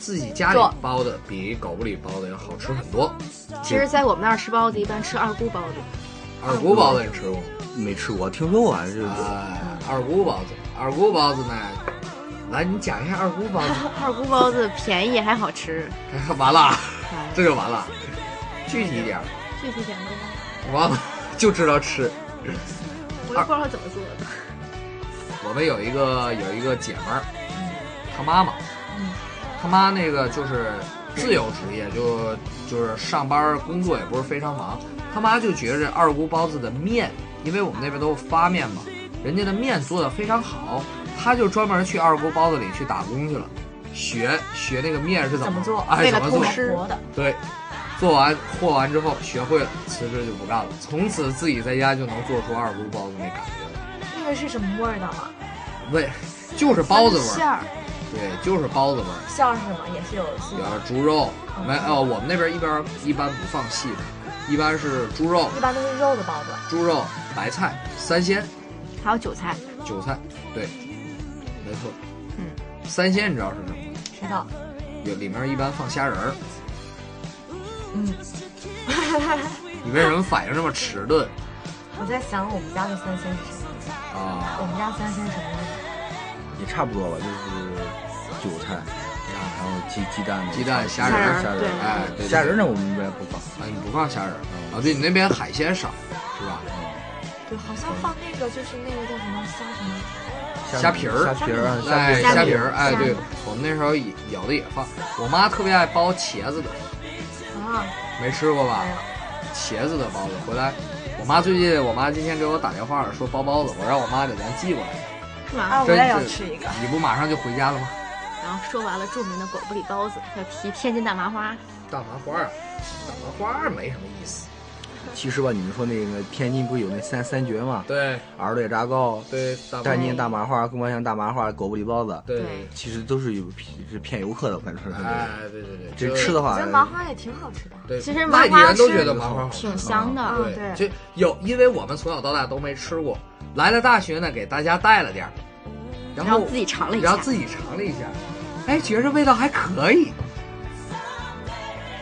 [SPEAKER 3] 自己家里
[SPEAKER 2] 做
[SPEAKER 3] 包的比狗不理包的要好吃很多。
[SPEAKER 4] 其实，在我们那儿吃包子，一般吃二姑包子。
[SPEAKER 3] 二姑包子你吃过吗？
[SPEAKER 5] 没吃过，听说过啊，就是、
[SPEAKER 3] 啊，二姑包子，二姑包子呢？来，你讲一下二姑包子。
[SPEAKER 4] 二姑包子便宜还好吃，
[SPEAKER 3] 完了，
[SPEAKER 4] 啊
[SPEAKER 3] 这就完了。具体一点儿，
[SPEAKER 4] 具体讲个吧，
[SPEAKER 3] 完了就知道吃。
[SPEAKER 4] 我也不知道它怎么做的。
[SPEAKER 3] 我们有一个有一个姐们儿，
[SPEAKER 2] 嗯
[SPEAKER 3] 她妈妈，她妈那个就是自由职业，就就是上班儿工作也不是非常忙。她妈就觉着二姑包子的面，因为我们那边都发面嘛，人家的面做的非常好，她就专门去二姑包子里去打工去了，学学那个面是怎
[SPEAKER 2] 怎么做
[SPEAKER 3] 哎，
[SPEAKER 4] 为了
[SPEAKER 3] 怎么做
[SPEAKER 4] 偷师
[SPEAKER 2] 活的，
[SPEAKER 3] 对，做完和完之后学会了，辞职就不干了，从此自己在家就能做出二姑包子那感觉了。
[SPEAKER 2] 那个是什么味儿的啊？
[SPEAKER 3] 对，就是包子味
[SPEAKER 2] 它的
[SPEAKER 3] 儿
[SPEAKER 2] 馅。儿，
[SPEAKER 3] 对，就是包子味儿，
[SPEAKER 2] 馅儿是什么？也是有细
[SPEAKER 3] 有
[SPEAKER 2] 的，
[SPEAKER 3] 猪肉，没哦，我们那边一边一般不放细的，一般是猪肉、
[SPEAKER 2] 一般都是肉的包子。
[SPEAKER 3] 猪肉、白菜、三鲜、
[SPEAKER 4] 还有韭菜，
[SPEAKER 3] 韭菜，对，没错。
[SPEAKER 4] 嗯，
[SPEAKER 3] 三鲜你知道是什么吗？
[SPEAKER 2] 知道，
[SPEAKER 3] 有里面一般放虾仁儿。
[SPEAKER 2] 嗯，
[SPEAKER 3] 你为什么反应这么迟钝
[SPEAKER 2] 我在想我们家的三鲜是什么？
[SPEAKER 3] 啊？
[SPEAKER 2] 我们家三鲜什么味儿？
[SPEAKER 5] 也差不多吧，就是韭菜，然后鸡鸡蛋、
[SPEAKER 3] 鸡蛋虾
[SPEAKER 4] 仁儿
[SPEAKER 5] 虾仁
[SPEAKER 4] 对
[SPEAKER 5] 儿，
[SPEAKER 3] 哎，对对对
[SPEAKER 5] 虾仁儿呢我们这边不放。
[SPEAKER 3] 啊，你不放虾仁儿啊？对，你那边海鲜少是吧？
[SPEAKER 2] 对，好像放那个就是那个叫什么虾什么，
[SPEAKER 3] 虾皮儿
[SPEAKER 5] 虾皮儿啊，
[SPEAKER 3] 哎，
[SPEAKER 5] 虾
[SPEAKER 3] 虾
[SPEAKER 5] 皮
[SPEAKER 3] 皮
[SPEAKER 5] 儿
[SPEAKER 3] 儿，哎，
[SPEAKER 4] 虾
[SPEAKER 3] 对我们那时候也有的也放。我妈特别爱包茄子的，
[SPEAKER 2] 啊，
[SPEAKER 3] 没吃过吧
[SPEAKER 2] 没？有。
[SPEAKER 3] 茄子的包子回来，我妈最近，我妈今天给我打电话说包包子，我让我妈给咱寄过来。
[SPEAKER 4] 是吗？
[SPEAKER 2] 啊，我
[SPEAKER 3] 真
[SPEAKER 2] 也要
[SPEAKER 3] 是
[SPEAKER 2] 吃一个。
[SPEAKER 3] 你不马上就回家了吗？
[SPEAKER 4] 然后说完了著名的狗不理包子，要提天津大麻花，
[SPEAKER 3] 大麻花儿，大麻花儿没什么意思。
[SPEAKER 5] 其实吧，你们说那个天津不是有那三三绝嘛？
[SPEAKER 3] 对
[SPEAKER 5] 耳朵也炸糕，
[SPEAKER 3] 对，大
[SPEAKER 5] 大捏大麻花、宫保像大麻花、狗不理包子，
[SPEAKER 3] 对
[SPEAKER 4] 对
[SPEAKER 5] 其实都是有是骗游客的，我感觉是。
[SPEAKER 3] 哎，对对对，
[SPEAKER 5] 这
[SPEAKER 3] 就
[SPEAKER 5] 吃的话
[SPEAKER 2] 我觉，得麻花也挺好吃的。
[SPEAKER 3] 对，
[SPEAKER 4] 其实麻
[SPEAKER 3] 外地
[SPEAKER 4] 花
[SPEAKER 3] 人都
[SPEAKER 4] 是
[SPEAKER 3] 觉得麻花好吃
[SPEAKER 4] 挺。香的。啊
[SPEAKER 2] 嗯
[SPEAKER 3] 对，
[SPEAKER 2] 对
[SPEAKER 3] 就有，因为我们从小到大都没吃过，来了大学呢，给大家带了点儿，然
[SPEAKER 4] 然
[SPEAKER 3] 后
[SPEAKER 4] 后自己尝了一下，
[SPEAKER 3] 然后自己尝了一下，哎，觉着味道还可以，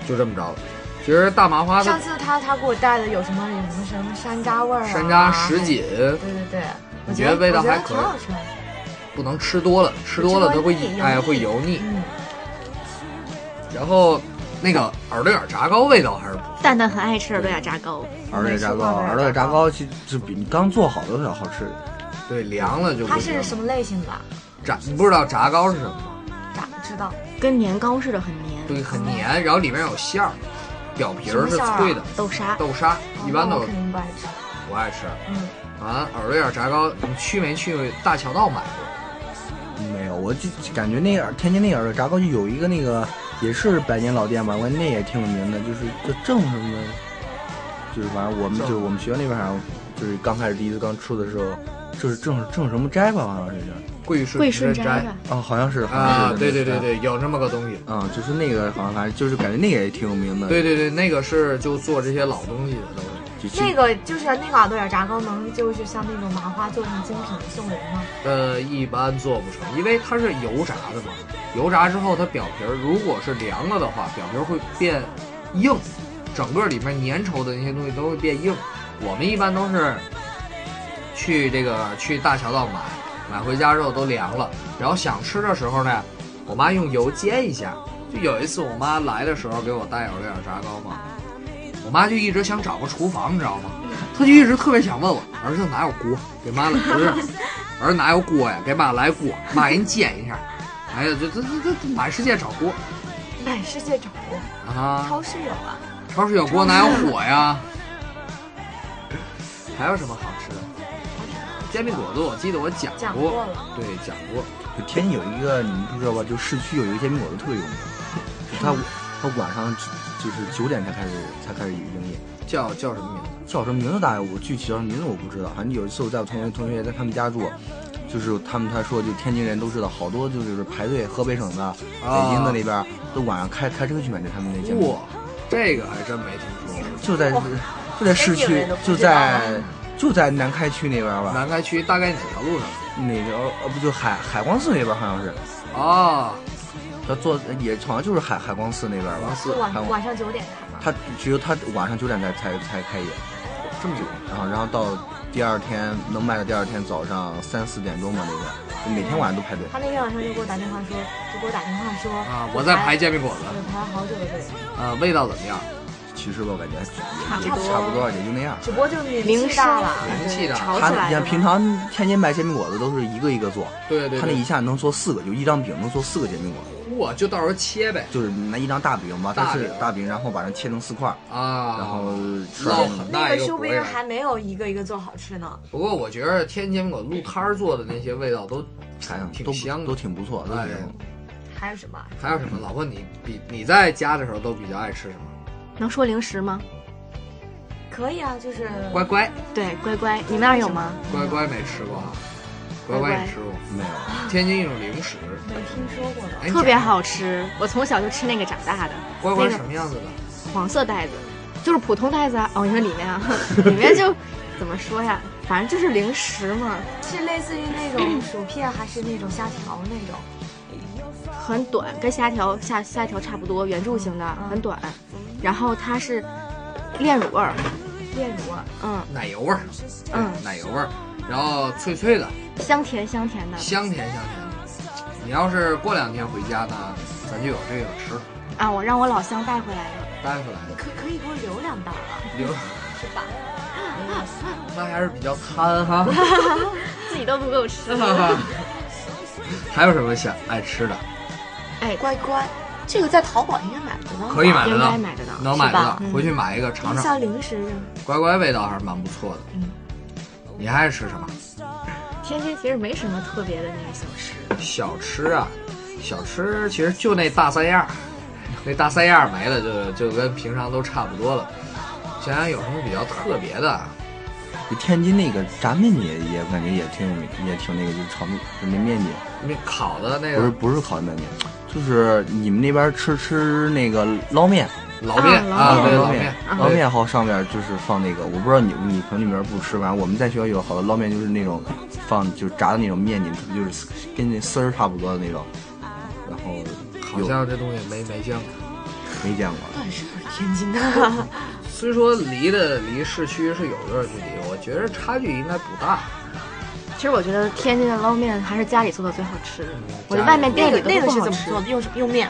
[SPEAKER 3] 就这么着了。觉着大麻花的
[SPEAKER 2] 上次他他给我带的有什么有什么什么山楂味儿啊？
[SPEAKER 3] 山楂什锦
[SPEAKER 2] 还。对对对，我
[SPEAKER 3] 你
[SPEAKER 2] 觉
[SPEAKER 3] 觉得味道
[SPEAKER 2] 我觉得
[SPEAKER 3] 还可
[SPEAKER 2] 挺
[SPEAKER 3] 以
[SPEAKER 2] 好吃的。
[SPEAKER 3] 不能吃多了，吃多了它会
[SPEAKER 2] 吃多了腻
[SPEAKER 3] 哎
[SPEAKER 2] 油腻
[SPEAKER 3] 会油腻。
[SPEAKER 2] 嗯，
[SPEAKER 3] 然后那个耳朵眼炸糕味道还是不错，
[SPEAKER 4] 蛋蛋很爱吃耳朵牙炸糕，
[SPEAKER 5] 耳朵也炸糕，耳朵也炸糕，其实是比你刚做好的要好吃。
[SPEAKER 3] 对凉了就不
[SPEAKER 2] 它
[SPEAKER 3] 行
[SPEAKER 2] 是什么类型的？
[SPEAKER 3] 炸？你不知道炸糕是什么吗？
[SPEAKER 2] 咋知道？
[SPEAKER 4] 跟年糕似的很黏。
[SPEAKER 3] 对，很黏，然后里面有馅儿，表皮儿是
[SPEAKER 2] 什么馅儿啊
[SPEAKER 3] 脆的，
[SPEAKER 4] 豆沙，
[SPEAKER 3] 豆沙一般
[SPEAKER 2] 哦那
[SPEAKER 3] 都
[SPEAKER 2] 我肯定不爱吃。
[SPEAKER 3] 不爱吃。
[SPEAKER 2] 嗯，
[SPEAKER 3] 啊，耳朵眼炸糕，你去没去大桥道买过？
[SPEAKER 5] 没有，我就感觉那耳天津那耳朵炸糕就有一个那个也是百年老店吧，我那也挺有名的，就是叫郑什么的，就是反正我们
[SPEAKER 3] 郑
[SPEAKER 5] 就是我们学校那边好像就是刚开始第一次刚出的时候，就是郑郑什么斋吧，好像是叫
[SPEAKER 3] 桂
[SPEAKER 4] 桂
[SPEAKER 3] 顺
[SPEAKER 4] 顺斋
[SPEAKER 3] 斋
[SPEAKER 4] 吧，
[SPEAKER 5] 啊，好像是好像
[SPEAKER 3] 啊，
[SPEAKER 5] 是
[SPEAKER 3] 对对
[SPEAKER 5] 那
[SPEAKER 3] 对
[SPEAKER 5] 个
[SPEAKER 3] 对，有这么个东西。
[SPEAKER 5] 嗯，就是那个好像反正就是感觉那个也挺有名的，
[SPEAKER 3] 对，对对，那个是就做这些老东西的都是。
[SPEAKER 5] 就
[SPEAKER 2] 那个就是那个耳朵眼炸糕，能就是像那种麻花做成精品送人吗？
[SPEAKER 3] 呃，一般做不成，因为它是油炸的嘛。油炸之后，它表皮儿如果是凉了的话，表皮儿会变硬，整个里面粘稠的那些东西都会变硬。我们一般都是去这个去大桥道买，买回家之后都凉了，然后想吃的时候呢，我妈用油煎一下。就有一次我妈来的时候给我带耳朵眼炸糕嘛，我妈就一直想找个厨房，你知道吗？她就一直特别想问我儿子哪有锅，给妈来不是，儿子哪有锅呀？给妈来锅，妈给你煎 一下。哎呀，这这这这满世界找锅
[SPEAKER 2] 满世界找锅，
[SPEAKER 3] 啊！
[SPEAKER 2] 超市有啊。
[SPEAKER 3] 超市有锅哪有火呀？还有什么好吃的？煎饼果子，我记得我讲
[SPEAKER 2] 讲
[SPEAKER 3] 过，
[SPEAKER 2] 过了
[SPEAKER 3] 对，讲过。
[SPEAKER 5] 就天津有一个你们不知道吧？就市区有一个煎饼果子特别有名，就它它晚上只就是九点才开始才开始营业，
[SPEAKER 3] 叫叫什么名字？
[SPEAKER 5] 叫什么名字大爷我具体叫什么名字我不知道，反正有一次我带我同学同学也在他们家住。就是他们他说，就天津人都知道，好多就是排队，河北省的、北京的那边都晚上开开车去买这他们那煎饼
[SPEAKER 3] 哇，这个还真没听说过。
[SPEAKER 5] 就在就在市区，就在就在南开区那边吧，
[SPEAKER 3] 南开区大概哪条路上？
[SPEAKER 5] 那条呃不就海海光寺那边好像是，
[SPEAKER 3] 啊，
[SPEAKER 5] 他坐也好像就是海海光寺那边
[SPEAKER 3] 王
[SPEAKER 5] 吧。
[SPEAKER 3] 四
[SPEAKER 5] 还有
[SPEAKER 2] 晚晚上九点开，
[SPEAKER 5] 他只有他晚上九点才才才开业，
[SPEAKER 3] 这么久，
[SPEAKER 5] 然后然后到第二天能卖到第二天早上三四点钟吧那个，每天晚上都排队。
[SPEAKER 2] 他那天晚上就给我打电话说，就给我打电话说
[SPEAKER 3] 啊，我在排，煎饼果
[SPEAKER 2] 我
[SPEAKER 3] 子，
[SPEAKER 2] 排了好久的队，
[SPEAKER 3] 呃，味道怎么样？
[SPEAKER 5] 其实吧，我感觉也
[SPEAKER 4] 差不
[SPEAKER 5] 也
[SPEAKER 4] 多
[SPEAKER 5] 差不多也就那样。
[SPEAKER 2] 只不过就是
[SPEAKER 4] 名
[SPEAKER 2] 名
[SPEAKER 4] 师
[SPEAKER 2] 气大了，
[SPEAKER 3] 名气大
[SPEAKER 4] 炒
[SPEAKER 5] 他
[SPEAKER 4] 起来
[SPEAKER 5] 你
[SPEAKER 4] 的
[SPEAKER 5] 看
[SPEAKER 4] 嘛
[SPEAKER 5] 平常天津卖煎饼果子都是一个一个做，
[SPEAKER 3] 对对
[SPEAKER 5] 他那
[SPEAKER 3] 对
[SPEAKER 5] 一，下能做四个，就一张饼能做四个煎饼果子。
[SPEAKER 3] 我就到时候切呗。
[SPEAKER 5] 就是拿一张大饼吧，它
[SPEAKER 3] 大
[SPEAKER 5] 是
[SPEAKER 3] 饼
[SPEAKER 5] 大饼，然后把它切成四块儿，
[SPEAKER 3] 啊，
[SPEAKER 5] 然后吃
[SPEAKER 3] 烙
[SPEAKER 5] 完
[SPEAKER 3] 很
[SPEAKER 2] 那
[SPEAKER 3] 大一
[SPEAKER 2] 个
[SPEAKER 3] 个
[SPEAKER 2] 说
[SPEAKER 3] 果
[SPEAKER 2] 不定
[SPEAKER 3] 呀。
[SPEAKER 2] 还没有一个一个做好吃呢。
[SPEAKER 3] 不过我觉得天津煎饼果子路摊儿做的那些味道都
[SPEAKER 5] 还
[SPEAKER 3] 挺
[SPEAKER 5] 哎都
[SPEAKER 3] 香的
[SPEAKER 5] 都挺不错，都
[SPEAKER 3] 哎
[SPEAKER 5] 挺
[SPEAKER 2] 还有什么？
[SPEAKER 3] 还有什么？老婆，你比你在家的时候都比较爱吃什么？
[SPEAKER 4] 能说零食吗？
[SPEAKER 2] 可以啊，就是
[SPEAKER 3] 乖乖，
[SPEAKER 4] 对，乖乖，你们那儿有吗？
[SPEAKER 3] 乖乖没吃过啊，乖
[SPEAKER 4] 乖
[SPEAKER 3] 乖你吃过？
[SPEAKER 5] 没有。啊
[SPEAKER 3] 天津一种零食，
[SPEAKER 2] 没听说过的。
[SPEAKER 3] 哎
[SPEAKER 4] 特别。好吃，我从小就吃那个长大的，
[SPEAKER 3] 你讲乖乖
[SPEAKER 4] 那
[SPEAKER 3] 什
[SPEAKER 4] 个
[SPEAKER 3] 么样子的？
[SPEAKER 4] 黄色袋子，就是普通袋子啊。哦，你说里面啊， 里 面就怎么说呀？反正就是零食嘛，
[SPEAKER 2] 是类似于那种薯片，还是那种虾条那种？
[SPEAKER 4] 很短，跟虾条虾虾条差不多，圆柱形
[SPEAKER 3] 嗯
[SPEAKER 4] 的，很短。然后它是炼乳味儿，
[SPEAKER 2] 炼乳啊，
[SPEAKER 4] 嗯，
[SPEAKER 3] 奶油味儿，
[SPEAKER 4] 嗯
[SPEAKER 3] 对奶油味儿，然后脆脆的，
[SPEAKER 4] 香甜香甜的
[SPEAKER 3] 香甜香甜的。你要是过两天回家呢，咱就有这个吃，
[SPEAKER 4] 啊！我让我老乡带回来了，
[SPEAKER 3] 带回来的。
[SPEAKER 2] 可可以给我留两袋啊，
[SPEAKER 3] 留，
[SPEAKER 2] 是吧？
[SPEAKER 3] 嗯那还是比较贪哈。
[SPEAKER 4] 自己都不够吃。
[SPEAKER 3] 还有什么想爱吃的？
[SPEAKER 4] 哎，
[SPEAKER 2] 乖乖，这个在淘宝应该买得到吧，
[SPEAKER 3] 可以买得
[SPEAKER 4] 应
[SPEAKER 3] 到
[SPEAKER 4] 该，买得到。
[SPEAKER 3] 能买得
[SPEAKER 2] 是
[SPEAKER 3] 到嗯
[SPEAKER 2] 吧，
[SPEAKER 3] 回去买一个尝尝。
[SPEAKER 2] 像零食
[SPEAKER 3] 乖乖味道还是蛮不错的。
[SPEAKER 2] 嗯
[SPEAKER 3] 你还爱吃什么？
[SPEAKER 4] 天津其实没什么特别的那个小吃，
[SPEAKER 3] 小吃啊，小吃其实就那大三样儿， 那大三样儿没了就就跟平常都差不多了。想想有什么比较特别的啊？
[SPEAKER 5] 就天津那个炸面筋也也感觉也挺有名，也挺那个，就是炒面什么面筋，
[SPEAKER 3] 那烤的那
[SPEAKER 5] 不
[SPEAKER 3] 个
[SPEAKER 5] 是不是烤面筋，就是你们那边吃吃那个捞面，
[SPEAKER 3] 老面
[SPEAKER 4] 啊
[SPEAKER 3] 啊，对
[SPEAKER 5] 捞
[SPEAKER 3] 老
[SPEAKER 5] 面
[SPEAKER 3] 面，，
[SPEAKER 5] 捞面后上面就是放那个，我不知道你你可能你们那儿不吃，反正我们在学校有好多捞面就是那种放就是炸的那种面筋，就是跟那丝儿差不多的那种，然后
[SPEAKER 3] 好
[SPEAKER 5] 有
[SPEAKER 3] 像这东西没没见过。
[SPEAKER 5] 没见过。
[SPEAKER 2] 到底是不是天津的？
[SPEAKER 3] 虽说离的离市区是有一段距离，我觉得差距应该不大。
[SPEAKER 4] 其实我觉得天津的捞面还是家里做的最好吃的
[SPEAKER 3] 嗯，
[SPEAKER 4] 我觉得外面
[SPEAKER 3] 家
[SPEAKER 4] 店
[SPEAKER 3] 里做
[SPEAKER 4] 里的
[SPEAKER 2] 那个是
[SPEAKER 4] 都不好
[SPEAKER 2] 怎么
[SPEAKER 4] 吃
[SPEAKER 2] 做？的？用什么用面？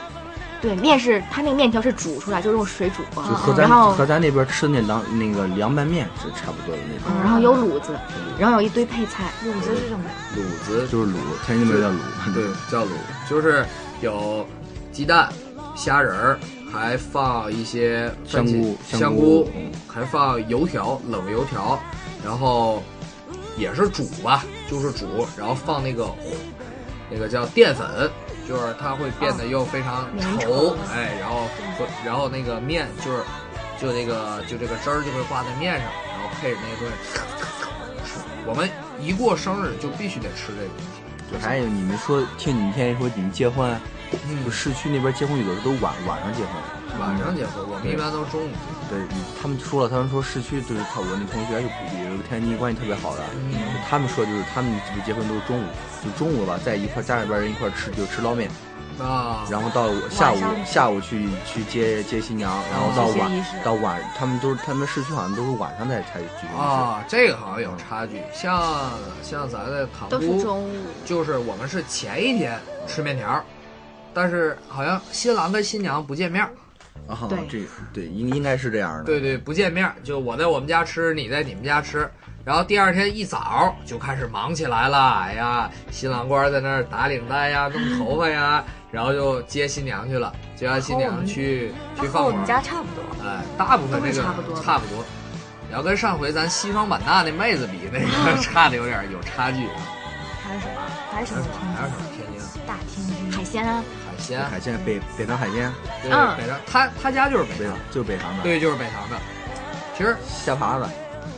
[SPEAKER 4] 对，面是它那个面条是煮出来，就是用水煮，啊
[SPEAKER 5] 就和咱
[SPEAKER 4] 然后
[SPEAKER 5] 和咱那边吃那凉那个凉拌面是差不多的那种，
[SPEAKER 4] 嗯然后有卤子，然后有一堆配菜，
[SPEAKER 2] 卤子是什么呀？
[SPEAKER 3] 卤子
[SPEAKER 5] 就是卤，天津那边叫 卤，
[SPEAKER 3] 对，叫卤，就是有鸡蛋、虾仁儿，还放一些番茄
[SPEAKER 5] 香菇
[SPEAKER 3] 香
[SPEAKER 5] 香
[SPEAKER 3] 菇
[SPEAKER 5] 菇嗯
[SPEAKER 3] 还放油条，冷油条，然后也是煮吧，就是煮，然后放那个那个叫淀粉，就是它会变得又非常
[SPEAKER 4] 粘
[SPEAKER 3] 稠，哎，然后会然后那个面就是就那个就这个汁儿就会挂在面上，然后配着那个东西吃。我们一过生日就必须得吃这个东西。
[SPEAKER 5] 对还有你们说听你们天天说你们结婚，啊
[SPEAKER 3] 嗯
[SPEAKER 5] 就市区那边结婚有的都晚晚上结婚，
[SPEAKER 3] 晚上结婚，我们一般都是中午结婚。
[SPEAKER 5] 对，你他们说了，他们说市区就是他我那同学有有个天津关系特别好的，
[SPEAKER 3] 嗯
[SPEAKER 5] 他们说就是他们这个结婚都是中午，就中午吧，在一块儿家里边人一块儿吃就吃捞面，
[SPEAKER 3] 啊，
[SPEAKER 5] 然后到我下午
[SPEAKER 2] 晚上
[SPEAKER 5] 下午去去接接新娘，然后到
[SPEAKER 2] 去接
[SPEAKER 5] 晚
[SPEAKER 2] 仪式
[SPEAKER 5] 到晚他们都是他们市区好像都是晚上才才举行仪式。
[SPEAKER 3] 啊，这个好像有差距。像像咱的塘
[SPEAKER 4] 都是中
[SPEAKER 3] 沽，
[SPEAKER 4] 午。
[SPEAKER 3] 就是我们是前一天吃面条儿，但是好像新郎跟新娘不见面儿，
[SPEAKER 5] 啊，
[SPEAKER 4] 对
[SPEAKER 5] 这对应应该是这样的。
[SPEAKER 3] 对对，不见面儿，就我在我们家吃，你在你们家吃。然后第二天一早就开始忙起来了，哎呀，新郎官在那儿打领带呀、弄头发呀，然后就接新娘去了，接完新娘去去
[SPEAKER 2] 和
[SPEAKER 3] 饭
[SPEAKER 2] 我
[SPEAKER 3] 馆
[SPEAKER 2] 们
[SPEAKER 3] 儿
[SPEAKER 2] 家。差不多。
[SPEAKER 3] 哎，大部分这个
[SPEAKER 4] 都是差不多的
[SPEAKER 3] 差不多。你要跟上回咱西双版纳那妹子比，那 个 差的有点儿有差距啊。
[SPEAKER 2] 还有什么？还有什
[SPEAKER 3] 还有
[SPEAKER 2] 么
[SPEAKER 3] 什么？还有什么
[SPEAKER 2] 天？津？
[SPEAKER 3] 天津
[SPEAKER 2] 大天津
[SPEAKER 4] 海鲜啊，
[SPEAKER 3] 海鲜？
[SPEAKER 5] 海鲜北北塘海鲜，
[SPEAKER 3] 对，
[SPEAKER 4] 嗯
[SPEAKER 3] 北塘。他他家就是北
[SPEAKER 5] 北
[SPEAKER 3] 塘
[SPEAKER 5] 塘，就是北塘的。，
[SPEAKER 3] 对，就是北塘的。其实
[SPEAKER 5] 虾爬子、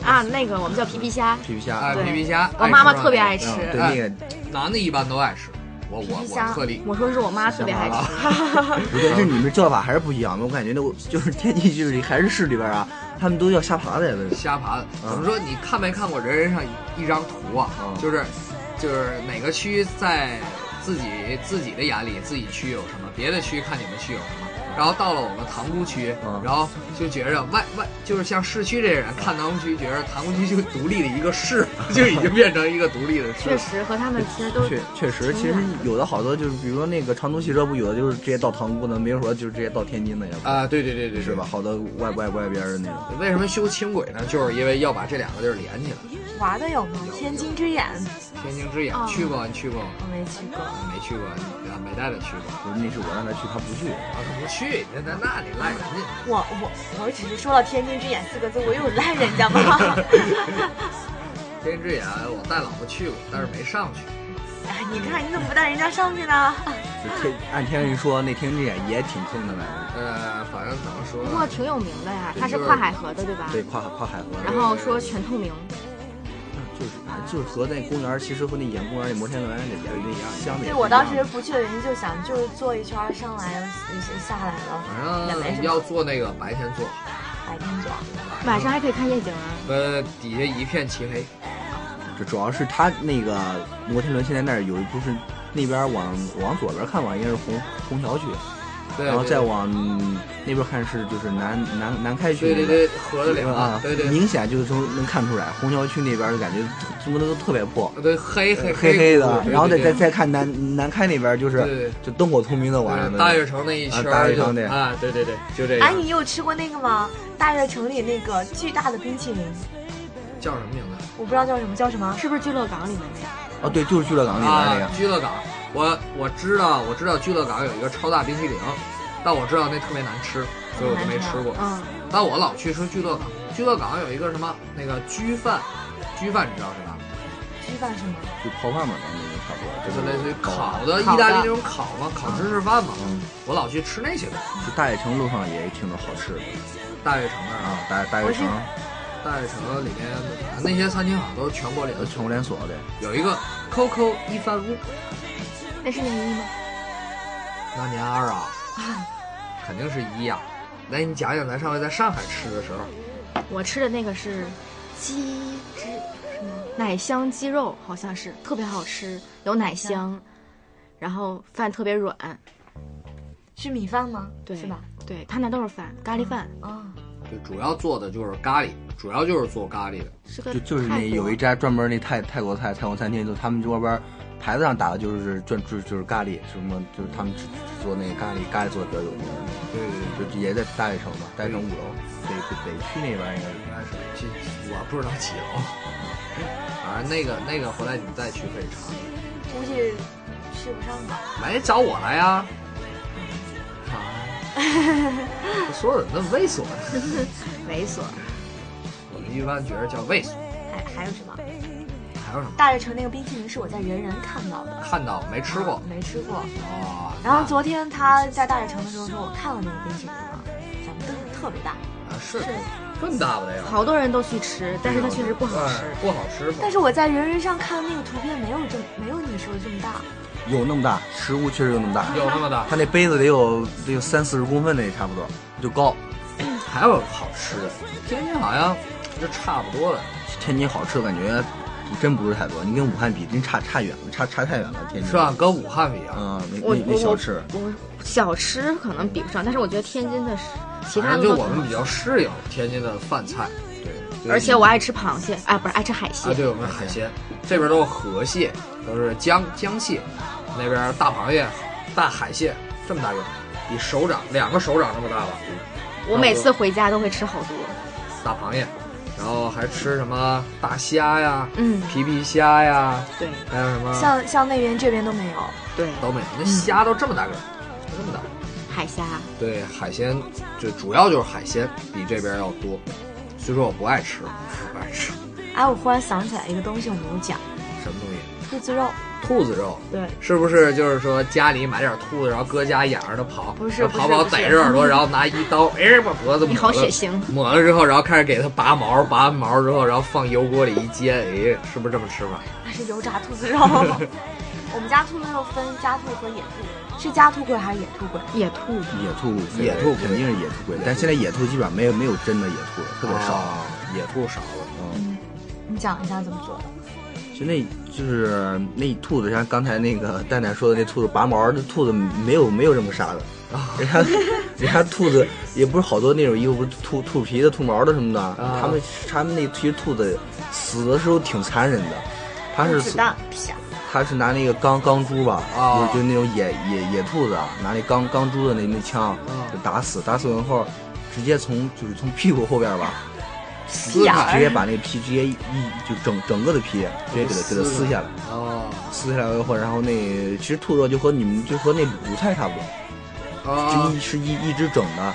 [SPEAKER 4] 啊，那个我们叫皮皮虾，
[SPEAKER 5] 皮皮
[SPEAKER 3] 啊，
[SPEAKER 5] 虾，
[SPEAKER 4] 对
[SPEAKER 3] 皮皮虾，
[SPEAKER 4] 我妈妈
[SPEAKER 3] 吃吗
[SPEAKER 4] 特别爱吃
[SPEAKER 5] 嗯，对
[SPEAKER 3] 哎
[SPEAKER 5] 那个
[SPEAKER 3] 男的一般都爱吃，我我
[SPEAKER 2] 皮皮虾
[SPEAKER 3] 我特例。
[SPEAKER 4] 我说是我妈特别爱吃，
[SPEAKER 5] 不 对，是你们叫法还是不一样的。我感觉那我就是天津就是还是市里边啊，他们都叫虾爬子呀。都是
[SPEAKER 3] 虾爬子，
[SPEAKER 5] 嗯
[SPEAKER 3] 怎么说？你看没看过人人上一一张图啊？
[SPEAKER 5] 嗯
[SPEAKER 3] 就是就是哪个区在自己自己的眼里，自己区有什么，别的区看你们区有什么。然后到了我们塘沽区，
[SPEAKER 5] 嗯
[SPEAKER 3] 然后就觉着外外就是像市区这人看塘沽区，觉着塘沽区就独立的一个市， 就已经变成一个独立的
[SPEAKER 4] 确
[SPEAKER 3] 市。
[SPEAKER 4] 实和他们其实都
[SPEAKER 5] 确确实，
[SPEAKER 4] 挺
[SPEAKER 5] 其实
[SPEAKER 4] 远的
[SPEAKER 5] 有的好多就是，比如说那个长途汽车不有的就是直接到塘沽的，没有说就是直接到天津的呀，
[SPEAKER 3] 啊，对对对对，
[SPEAKER 5] 是吧？
[SPEAKER 3] 对？
[SPEAKER 5] 好多外外外边的那种。
[SPEAKER 3] 为什么修轻轨呢？就是因为要把这两个地儿连起来。
[SPEAKER 2] 华的有吗？天津之眼，
[SPEAKER 3] 天津之眼
[SPEAKER 4] 哦
[SPEAKER 3] 去过，你去过吗？
[SPEAKER 2] 我没去过。
[SPEAKER 3] 没去过，你啊，没带他去过。
[SPEAKER 5] 我说那是我让他去，他不去。
[SPEAKER 3] 啊，他不去，那那那你赖人家。
[SPEAKER 2] 我我我只是说了“天津之眼”四个字，我有赖人 家吗？
[SPEAKER 3] 天之眼，我带老婆去过，但是没上去。
[SPEAKER 2] 哎，你看你怎么不带人家上去呢？
[SPEAKER 5] 就天按天人说，那天津眼也挺坑的来
[SPEAKER 3] 呃，反正怎么说
[SPEAKER 4] 不过挺有名的呀，
[SPEAKER 3] 对
[SPEAKER 4] 它是
[SPEAKER 3] 就是
[SPEAKER 4] 跨海河的，对吧
[SPEAKER 5] 着，？对，跨跨海河，
[SPEAKER 4] 然后说全透明，
[SPEAKER 5] 就是就是和那公园儿，其实和那演公园儿那摩天轮那演那一样，相比
[SPEAKER 2] 对我当时不去的原因就想，就是坐一圈儿上来，下下来了，
[SPEAKER 3] 反
[SPEAKER 2] 也没什么
[SPEAKER 3] 正要做那个白天做好，
[SPEAKER 2] 白天坐。
[SPEAKER 4] 晚上还可以看夜景啊。
[SPEAKER 3] 呃底下一片漆黑。
[SPEAKER 5] 就主要是它那个摩天轮现在那儿有一部分，那边儿往往左边儿看往应该是虹虹桥区，
[SPEAKER 3] 对，
[SPEAKER 5] 然后
[SPEAKER 3] 对
[SPEAKER 5] 再往那边儿看是就是南南南开区
[SPEAKER 3] 对对
[SPEAKER 5] 那
[SPEAKER 3] 对
[SPEAKER 5] 边。
[SPEAKER 3] 河的两
[SPEAKER 5] 啊
[SPEAKER 3] 岸，，对对
[SPEAKER 5] 明显就是说能看出来，虹桥区那边儿就感觉什么都特别破，
[SPEAKER 3] 对黑黑
[SPEAKER 5] 黑
[SPEAKER 3] 黑
[SPEAKER 5] 的，然后再再
[SPEAKER 3] 对
[SPEAKER 5] 再看南南开那边儿就
[SPEAKER 3] 对
[SPEAKER 5] 是
[SPEAKER 3] 对
[SPEAKER 5] 就灯火通明的晚上
[SPEAKER 3] 对
[SPEAKER 5] 的，
[SPEAKER 3] 大悦城那一
[SPEAKER 5] 啊
[SPEAKER 3] 圈
[SPEAKER 5] 大
[SPEAKER 3] 儿
[SPEAKER 5] 悦
[SPEAKER 3] 就
[SPEAKER 5] 城对
[SPEAKER 3] 啊，对对对，就这
[SPEAKER 2] 哎，
[SPEAKER 3] 个
[SPEAKER 2] 你有吃过那个吗？大悦城里那个巨大的冰淇淋，
[SPEAKER 3] 叫什么名字？
[SPEAKER 2] 我不知道叫什么，叫什么？
[SPEAKER 4] 是不是聚乐港里面那个？
[SPEAKER 5] 哦对，就是俱乐港里边儿那
[SPEAKER 3] 啊
[SPEAKER 5] 个，，
[SPEAKER 3] 居乐港，我我知道，我知道居乐港有一个超大冰淇淋，但我知道那特别难吃，所以我就
[SPEAKER 2] 啊
[SPEAKER 3] 没吃过。
[SPEAKER 4] 嗯，
[SPEAKER 3] 但我老去吃居乐港，居乐港有一个什么那个居饭，居饭你知道是吧？
[SPEAKER 2] 鸡饭是吗？
[SPEAKER 5] 就泡饭嘛，咱们就差不多，
[SPEAKER 3] 就是类似于
[SPEAKER 5] 嗯烤。
[SPEAKER 3] 烤的意
[SPEAKER 4] 烤的
[SPEAKER 3] 大利那种烤嘛，烤芝士饭嘛。我老去吃那些东西。
[SPEAKER 5] 去大悦城路上也挺多好吃的
[SPEAKER 3] 大悦城那儿啊，
[SPEAKER 5] 啊，大大悦城
[SPEAKER 3] 大悦城里面啊那些餐厅好像都是全国连
[SPEAKER 5] 呃全
[SPEAKER 3] 锁
[SPEAKER 5] 国，连锁的，
[SPEAKER 3] 有一个 COCO 一饭屋，
[SPEAKER 4] 那是零一吗？
[SPEAKER 3] 那年二啊，肯定是一呀。来，你讲讲咱上回在上海吃的时候，
[SPEAKER 4] 我吃的那个是鸡汁什么奶香鸡肉，好像是特别好吃，有奶香，然后饭特别软，
[SPEAKER 2] 是米饭吗？
[SPEAKER 4] 对，
[SPEAKER 2] 是吧？？
[SPEAKER 4] 对他那都是饭，咖喱饭
[SPEAKER 2] 啊，
[SPEAKER 3] 对，主要做的就是咖喱，主要就是做咖喱的。
[SPEAKER 4] 是个
[SPEAKER 5] 就就是
[SPEAKER 4] 泰
[SPEAKER 5] 那
[SPEAKER 4] 国
[SPEAKER 5] 有一家专门那泰泰国菜泰国餐厅，就他们这边牌子上打的就是专就是就是咖喱，什么就是他们只只做那个咖喱，咖喱做的比较有名，
[SPEAKER 3] 对对对。
[SPEAKER 5] 就也在大悦城嘛，大悦城五楼，北北北区那边应该是
[SPEAKER 3] 应该是哎这我不知道几楼，反正那个那个回来你再去可以尝。
[SPEAKER 2] 估计吃不上吧。
[SPEAKER 3] 没找我来呀、啊？这所有人都猥琐呢，
[SPEAKER 4] 猥琐，
[SPEAKER 3] 我们一般觉得叫猥琐。
[SPEAKER 2] 还还有什么？
[SPEAKER 3] 还有什么
[SPEAKER 2] 大悦城那个冰淇淋是我在人人看到的，
[SPEAKER 3] 看到没吃过？
[SPEAKER 2] 没吃过。
[SPEAKER 3] 哦，
[SPEAKER 2] 然后昨天他在大悦城的时候说，我看了那个冰淇淋了，长得特别大，
[SPEAKER 3] 啊是这么大不得了，
[SPEAKER 4] 好多人都去吃，但是它确实不好吃。
[SPEAKER 5] 嗯
[SPEAKER 3] 哎不好吃吧。
[SPEAKER 2] 但是我在人人上看的那个图片没有这没有你说的这么大，
[SPEAKER 5] 有那么大，食物确实有那么大，
[SPEAKER 3] 有那么大，
[SPEAKER 5] 他那杯子得有得有三四十公分的差不多，就高。
[SPEAKER 3] 还有好吃的，天津好像就差不多了。
[SPEAKER 5] 天津好吃的感觉真不是太多，你跟武汉比真差差远了，差差太远了，天津
[SPEAKER 3] 是吧？跟武汉比啊，
[SPEAKER 5] 嗯，那
[SPEAKER 4] 我
[SPEAKER 5] 那那
[SPEAKER 4] 我
[SPEAKER 5] 小吃，
[SPEAKER 4] 我小吃可能比不上，但是我觉得天津的是其
[SPEAKER 3] 反
[SPEAKER 4] 他
[SPEAKER 3] 正
[SPEAKER 4] 的
[SPEAKER 3] 就
[SPEAKER 4] 都
[SPEAKER 3] 我
[SPEAKER 4] 挺
[SPEAKER 3] 们
[SPEAKER 4] 好
[SPEAKER 3] 比较适应天津的饭菜。对，
[SPEAKER 4] 而且我爱吃螃蟹，哎，不是爱吃海
[SPEAKER 3] 啊，
[SPEAKER 4] 鲜。
[SPEAKER 3] 对，我们海鲜这边都是河蟹，都是江江蟹，那边大螃蟹、大海蟹，这么大个，比手掌两个手掌那么大吧，
[SPEAKER 4] 我每次回家都会吃好多。
[SPEAKER 3] 大螃蟹，然后还吃什么大虾呀、
[SPEAKER 4] 嗯，
[SPEAKER 3] 皮皮虾呀，
[SPEAKER 4] 对
[SPEAKER 3] 还有什么
[SPEAKER 2] 像像那边这边都没有，
[SPEAKER 4] 对，
[SPEAKER 3] 都没有，
[SPEAKER 4] 嗯
[SPEAKER 3] 那虾都这么大个儿，都这么大。
[SPEAKER 4] 海虾，
[SPEAKER 3] 对海鲜，就主要就是海鲜比这边要多，虽说我不爱吃，我不爱吃
[SPEAKER 2] 哎，我忽然想起来一个东西，我没有讲，
[SPEAKER 3] 什么东西，
[SPEAKER 2] 兔子肉。
[SPEAKER 3] 兔子肉。
[SPEAKER 2] 对，
[SPEAKER 3] 是不是就是说家里买点兔子，然后搁家养着它跑，
[SPEAKER 2] 不是
[SPEAKER 3] 然后跑
[SPEAKER 2] 不是
[SPEAKER 3] 跑
[SPEAKER 2] 不是
[SPEAKER 3] 逮着耳朵，然后拿一刀，哎，把脖子
[SPEAKER 4] 你
[SPEAKER 3] 抹
[SPEAKER 4] 好血
[SPEAKER 3] 了，
[SPEAKER 4] 腥。
[SPEAKER 3] 抹了之后，然后开始给它拔毛，拔完毛之后，然后放油锅里一煎，哎，是不是这么吃法？
[SPEAKER 2] 那是油炸兔子肉。 我们家兔子肉分家兔和野兔，是家兔贵还是野兔贵？
[SPEAKER 4] 野兔，
[SPEAKER 5] 野兔贵，
[SPEAKER 3] 野兔贵
[SPEAKER 5] 肯定是野兔哦贵，但现在野兔基本上没有没有真的野兔了，特别少。
[SPEAKER 3] 啊，野兔少了。
[SPEAKER 5] 嗯，
[SPEAKER 2] 你讲一下怎么做的？
[SPEAKER 5] 其实那就是那兔子，像刚才那个蛋蛋说的，那兔子拔毛，那兔子没有没有这么杀的。 人家人家兔子也不是好多那种衣服，不是兔兔皮的、兔毛的什么的。
[SPEAKER 3] 啊
[SPEAKER 5] 他们他们那其实兔子死的时候挺残忍的，它是
[SPEAKER 2] 子弹啪，
[SPEAKER 5] 他是拿那个钢钢珠吧，
[SPEAKER 3] 啊
[SPEAKER 5] 就是就那种野野野兔子啊，拿那钢钢珠的那那
[SPEAKER 2] 啊
[SPEAKER 5] 枪就打死，打死完后，直接从就是从屁股后边吧，
[SPEAKER 2] 屁眼
[SPEAKER 5] 直接
[SPEAKER 2] 儿。
[SPEAKER 5] 把那皮直接一一就整整个的皮直接给它给它撕下来，
[SPEAKER 3] 哦，
[SPEAKER 5] 撕下来以后，然后那其实兔肉就和你们就和那卤菜差不多，
[SPEAKER 3] 啊
[SPEAKER 5] 就一是一一只整的，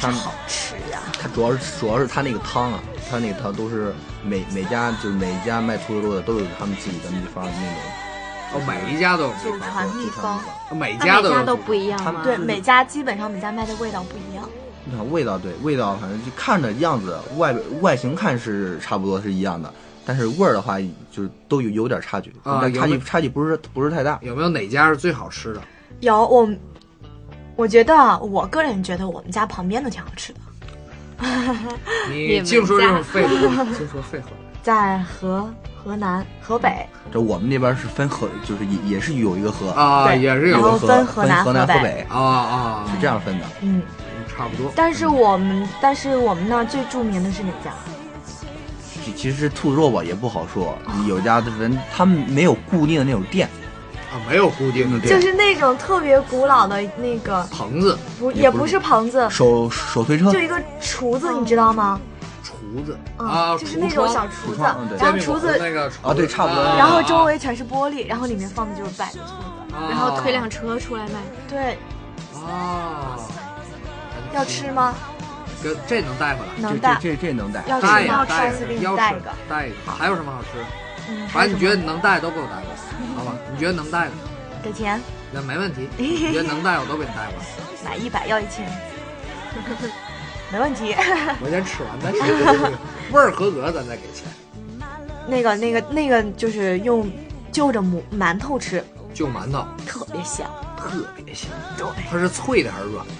[SPEAKER 2] 但是
[SPEAKER 5] 它
[SPEAKER 2] 好吃呀、
[SPEAKER 5] 它主要是主要是它那个汤啊，它那个汤都是每每家就是每一家卖兔肉的都有他们自己的秘方那种，
[SPEAKER 3] 哦，每一家都有
[SPEAKER 2] 祖传秘方。
[SPEAKER 3] 每一
[SPEAKER 4] 它每
[SPEAKER 3] 都有
[SPEAKER 4] 家都不一样
[SPEAKER 5] 他
[SPEAKER 4] 吗？
[SPEAKER 2] 对，每家基本上每家卖的味道不一样。
[SPEAKER 5] 你看味道，对味道，反正就看着样子，外外形看是差不多是一样的，但是味儿的话，就是都有有点差距，
[SPEAKER 3] 啊
[SPEAKER 5] 但差
[SPEAKER 3] 有
[SPEAKER 5] 距
[SPEAKER 3] 没
[SPEAKER 5] 差距不是不是太大。
[SPEAKER 3] 有没有哪家是最好吃的？
[SPEAKER 2] 有我，我觉得啊我个人觉得我们家旁边的挺好吃的，
[SPEAKER 3] 你净说这种废话，净说废话。
[SPEAKER 2] 在河河南、河北，
[SPEAKER 5] 这我们那边是分河，就是也也是有一个河，
[SPEAKER 3] 啊，
[SPEAKER 2] 对
[SPEAKER 3] 也是
[SPEAKER 5] 有
[SPEAKER 2] 然
[SPEAKER 5] 个
[SPEAKER 3] 有
[SPEAKER 2] 后
[SPEAKER 5] 河
[SPEAKER 2] 分河
[SPEAKER 5] 河
[SPEAKER 2] 南
[SPEAKER 5] 南
[SPEAKER 2] 河
[SPEAKER 5] 河
[SPEAKER 2] 北
[SPEAKER 5] 北
[SPEAKER 3] 啊啊
[SPEAKER 5] 是，这样分的。
[SPEAKER 2] 嗯，
[SPEAKER 3] 差不多。
[SPEAKER 2] 但是我们但是我们那儿最著名的是哪家？
[SPEAKER 5] 其其实兔肉吧也不好说，有家的人他们没有固定的那种店，
[SPEAKER 3] 啊，没有固定的
[SPEAKER 5] 对
[SPEAKER 2] 就
[SPEAKER 3] 店，
[SPEAKER 2] 是那种特别古老的那个，
[SPEAKER 3] 棚子、
[SPEAKER 2] 不
[SPEAKER 5] 也
[SPEAKER 2] 也
[SPEAKER 5] 不
[SPEAKER 2] 不
[SPEAKER 5] 是
[SPEAKER 2] 是棚子，
[SPEAKER 5] 手手推
[SPEAKER 2] 嗯
[SPEAKER 5] 车
[SPEAKER 2] 就一个厨子，你知道吗？
[SPEAKER 3] 厨子
[SPEAKER 2] 嗯，
[SPEAKER 3] 啊，
[SPEAKER 2] 就是那种小
[SPEAKER 5] 橱
[SPEAKER 2] 厨子，
[SPEAKER 5] 窗嗯对
[SPEAKER 2] 然后厨
[SPEAKER 3] 煎饼果子
[SPEAKER 2] 子，
[SPEAKER 3] 那个厨
[SPEAKER 5] 啊对差不多
[SPEAKER 3] 啊
[SPEAKER 2] 然后周围全是玻璃，然后里面放的就是摆的兔子。
[SPEAKER 3] 啊
[SPEAKER 4] 然后推辆车出来卖，
[SPEAKER 2] 对，
[SPEAKER 3] 啊，
[SPEAKER 2] 要吃？吗？
[SPEAKER 3] 这这能带回来？
[SPEAKER 5] 这
[SPEAKER 2] 能
[SPEAKER 5] 这
[SPEAKER 2] 带，
[SPEAKER 5] 这这能带。
[SPEAKER 2] 要吃
[SPEAKER 3] 带
[SPEAKER 2] 吗？
[SPEAKER 3] 呀
[SPEAKER 2] 要
[SPEAKER 3] 带
[SPEAKER 2] 超
[SPEAKER 3] 呀
[SPEAKER 2] 市给，你
[SPEAKER 3] 要
[SPEAKER 2] 带
[SPEAKER 3] 吃
[SPEAKER 2] 一个。
[SPEAKER 3] 带一个。还有什么好吃？的？
[SPEAKER 2] 嗯，还
[SPEAKER 3] 反
[SPEAKER 2] 有
[SPEAKER 3] 正
[SPEAKER 2] 什么
[SPEAKER 3] 你觉得你能带都给我带过来，好吧？你觉得能带的，
[SPEAKER 2] 给钱
[SPEAKER 3] 那没问 题。你觉得能带我都给你带过来。
[SPEAKER 2] 买一百要一千， 没问题。
[SPEAKER 3] 我先吃完再说， 味儿合格咱再给钱。
[SPEAKER 2] 那个那个那个就是用就着馒馒头吃，
[SPEAKER 3] 就馒头
[SPEAKER 2] 特别香。
[SPEAKER 3] 特别香，
[SPEAKER 2] 对，
[SPEAKER 3] 它是脆的还是软的？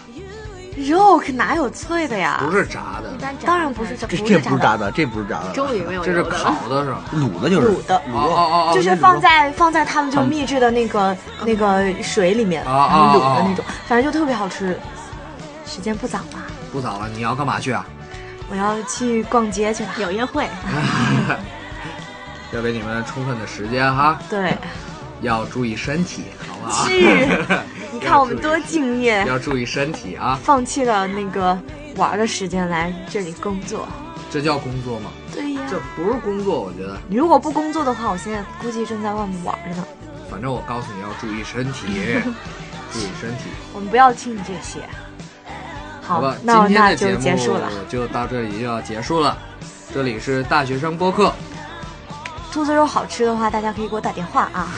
[SPEAKER 2] 肉可哪有脆的呀？
[SPEAKER 3] 不是炸的
[SPEAKER 4] 一，般炸
[SPEAKER 2] 当然不是，
[SPEAKER 5] 这
[SPEAKER 2] 不
[SPEAKER 5] 这
[SPEAKER 2] 是
[SPEAKER 5] 不是
[SPEAKER 2] 炸
[SPEAKER 5] 炸的，这不是炸的，
[SPEAKER 4] 粥里没有
[SPEAKER 3] 这是
[SPEAKER 4] 油的了。
[SPEAKER 3] 烤的是吧？
[SPEAKER 5] 卤的就是
[SPEAKER 2] 卤的
[SPEAKER 5] 卤
[SPEAKER 3] 哦哦哦，
[SPEAKER 2] 就是
[SPEAKER 5] 那
[SPEAKER 2] 放
[SPEAKER 5] 种
[SPEAKER 2] 在放在他们就秘制的那个那个水里面，
[SPEAKER 3] 啊啊
[SPEAKER 2] 然后卤
[SPEAKER 3] 啊
[SPEAKER 2] 的那种，反正就特别好吃。时间不早了，
[SPEAKER 3] 不早了，你要干嘛去啊？
[SPEAKER 2] 我要去逛街去了。
[SPEAKER 4] 有约会，
[SPEAKER 3] 要给你们充分的时间哈，
[SPEAKER 2] 对，
[SPEAKER 3] 要注意身体，好不好？
[SPEAKER 2] 去， 你看我们多敬业，
[SPEAKER 3] 要注意身体啊，
[SPEAKER 2] 放弃了那个玩儿的时间来这里工作。
[SPEAKER 3] 这叫工作吗？
[SPEAKER 2] 对呀，
[SPEAKER 3] 这不是工作，我觉得。
[SPEAKER 2] 你如果不工作的话，我现在估计正在外面玩儿着呢。
[SPEAKER 3] 反正我告诉你要注意身 体，注意身体，
[SPEAKER 2] 我们不要听你这些。好，
[SPEAKER 3] 吧？
[SPEAKER 2] 那我
[SPEAKER 3] 今天
[SPEAKER 2] 那
[SPEAKER 3] 的节
[SPEAKER 2] 就
[SPEAKER 3] 目
[SPEAKER 2] 结束了。
[SPEAKER 3] 就到这里就要结束了。这里是大学生播客，
[SPEAKER 2] 兔子肉好吃的话，大家可以给我打电话 啊，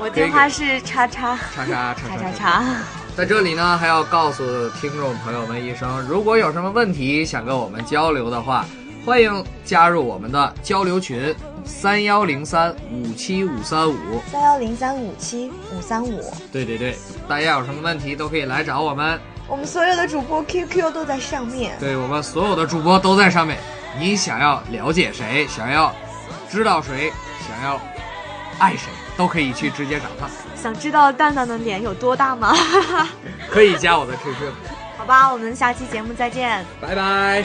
[SPEAKER 2] 我电话是叉 叉
[SPEAKER 3] 叉叉叉
[SPEAKER 2] 叉
[SPEAKER 3] 叉
[SPEAKER 2] 叉叉。
[SPEAKER 3] 在这里呢，还要告诉听众朋友们一声，如果有什么问题想跟我们交流的话，欢迎加入我们的交流群三幺零三五七五三五。
[SPEAKER 2] 三幺零三五七五三五。
[SPEAKER 3] 对对对，大家有什么问题都可以来找我们，
[SPEAKER 2] 我们所有的主播 QQ 都在上面。
[SPEAKER 3] 对我们所有的主播都在上面。你想要了解谁，想要知道谁，想要爱谁，都可以去直接找他，
[SPEAKER 2] 想知道蛋蛋的脸有多大吗？
[SPEAKER 3] 可以加我的 QQ，
[SPEAKER 2] 好吧，我们下期节目再见。
[SPEAKER 3] 拜拜。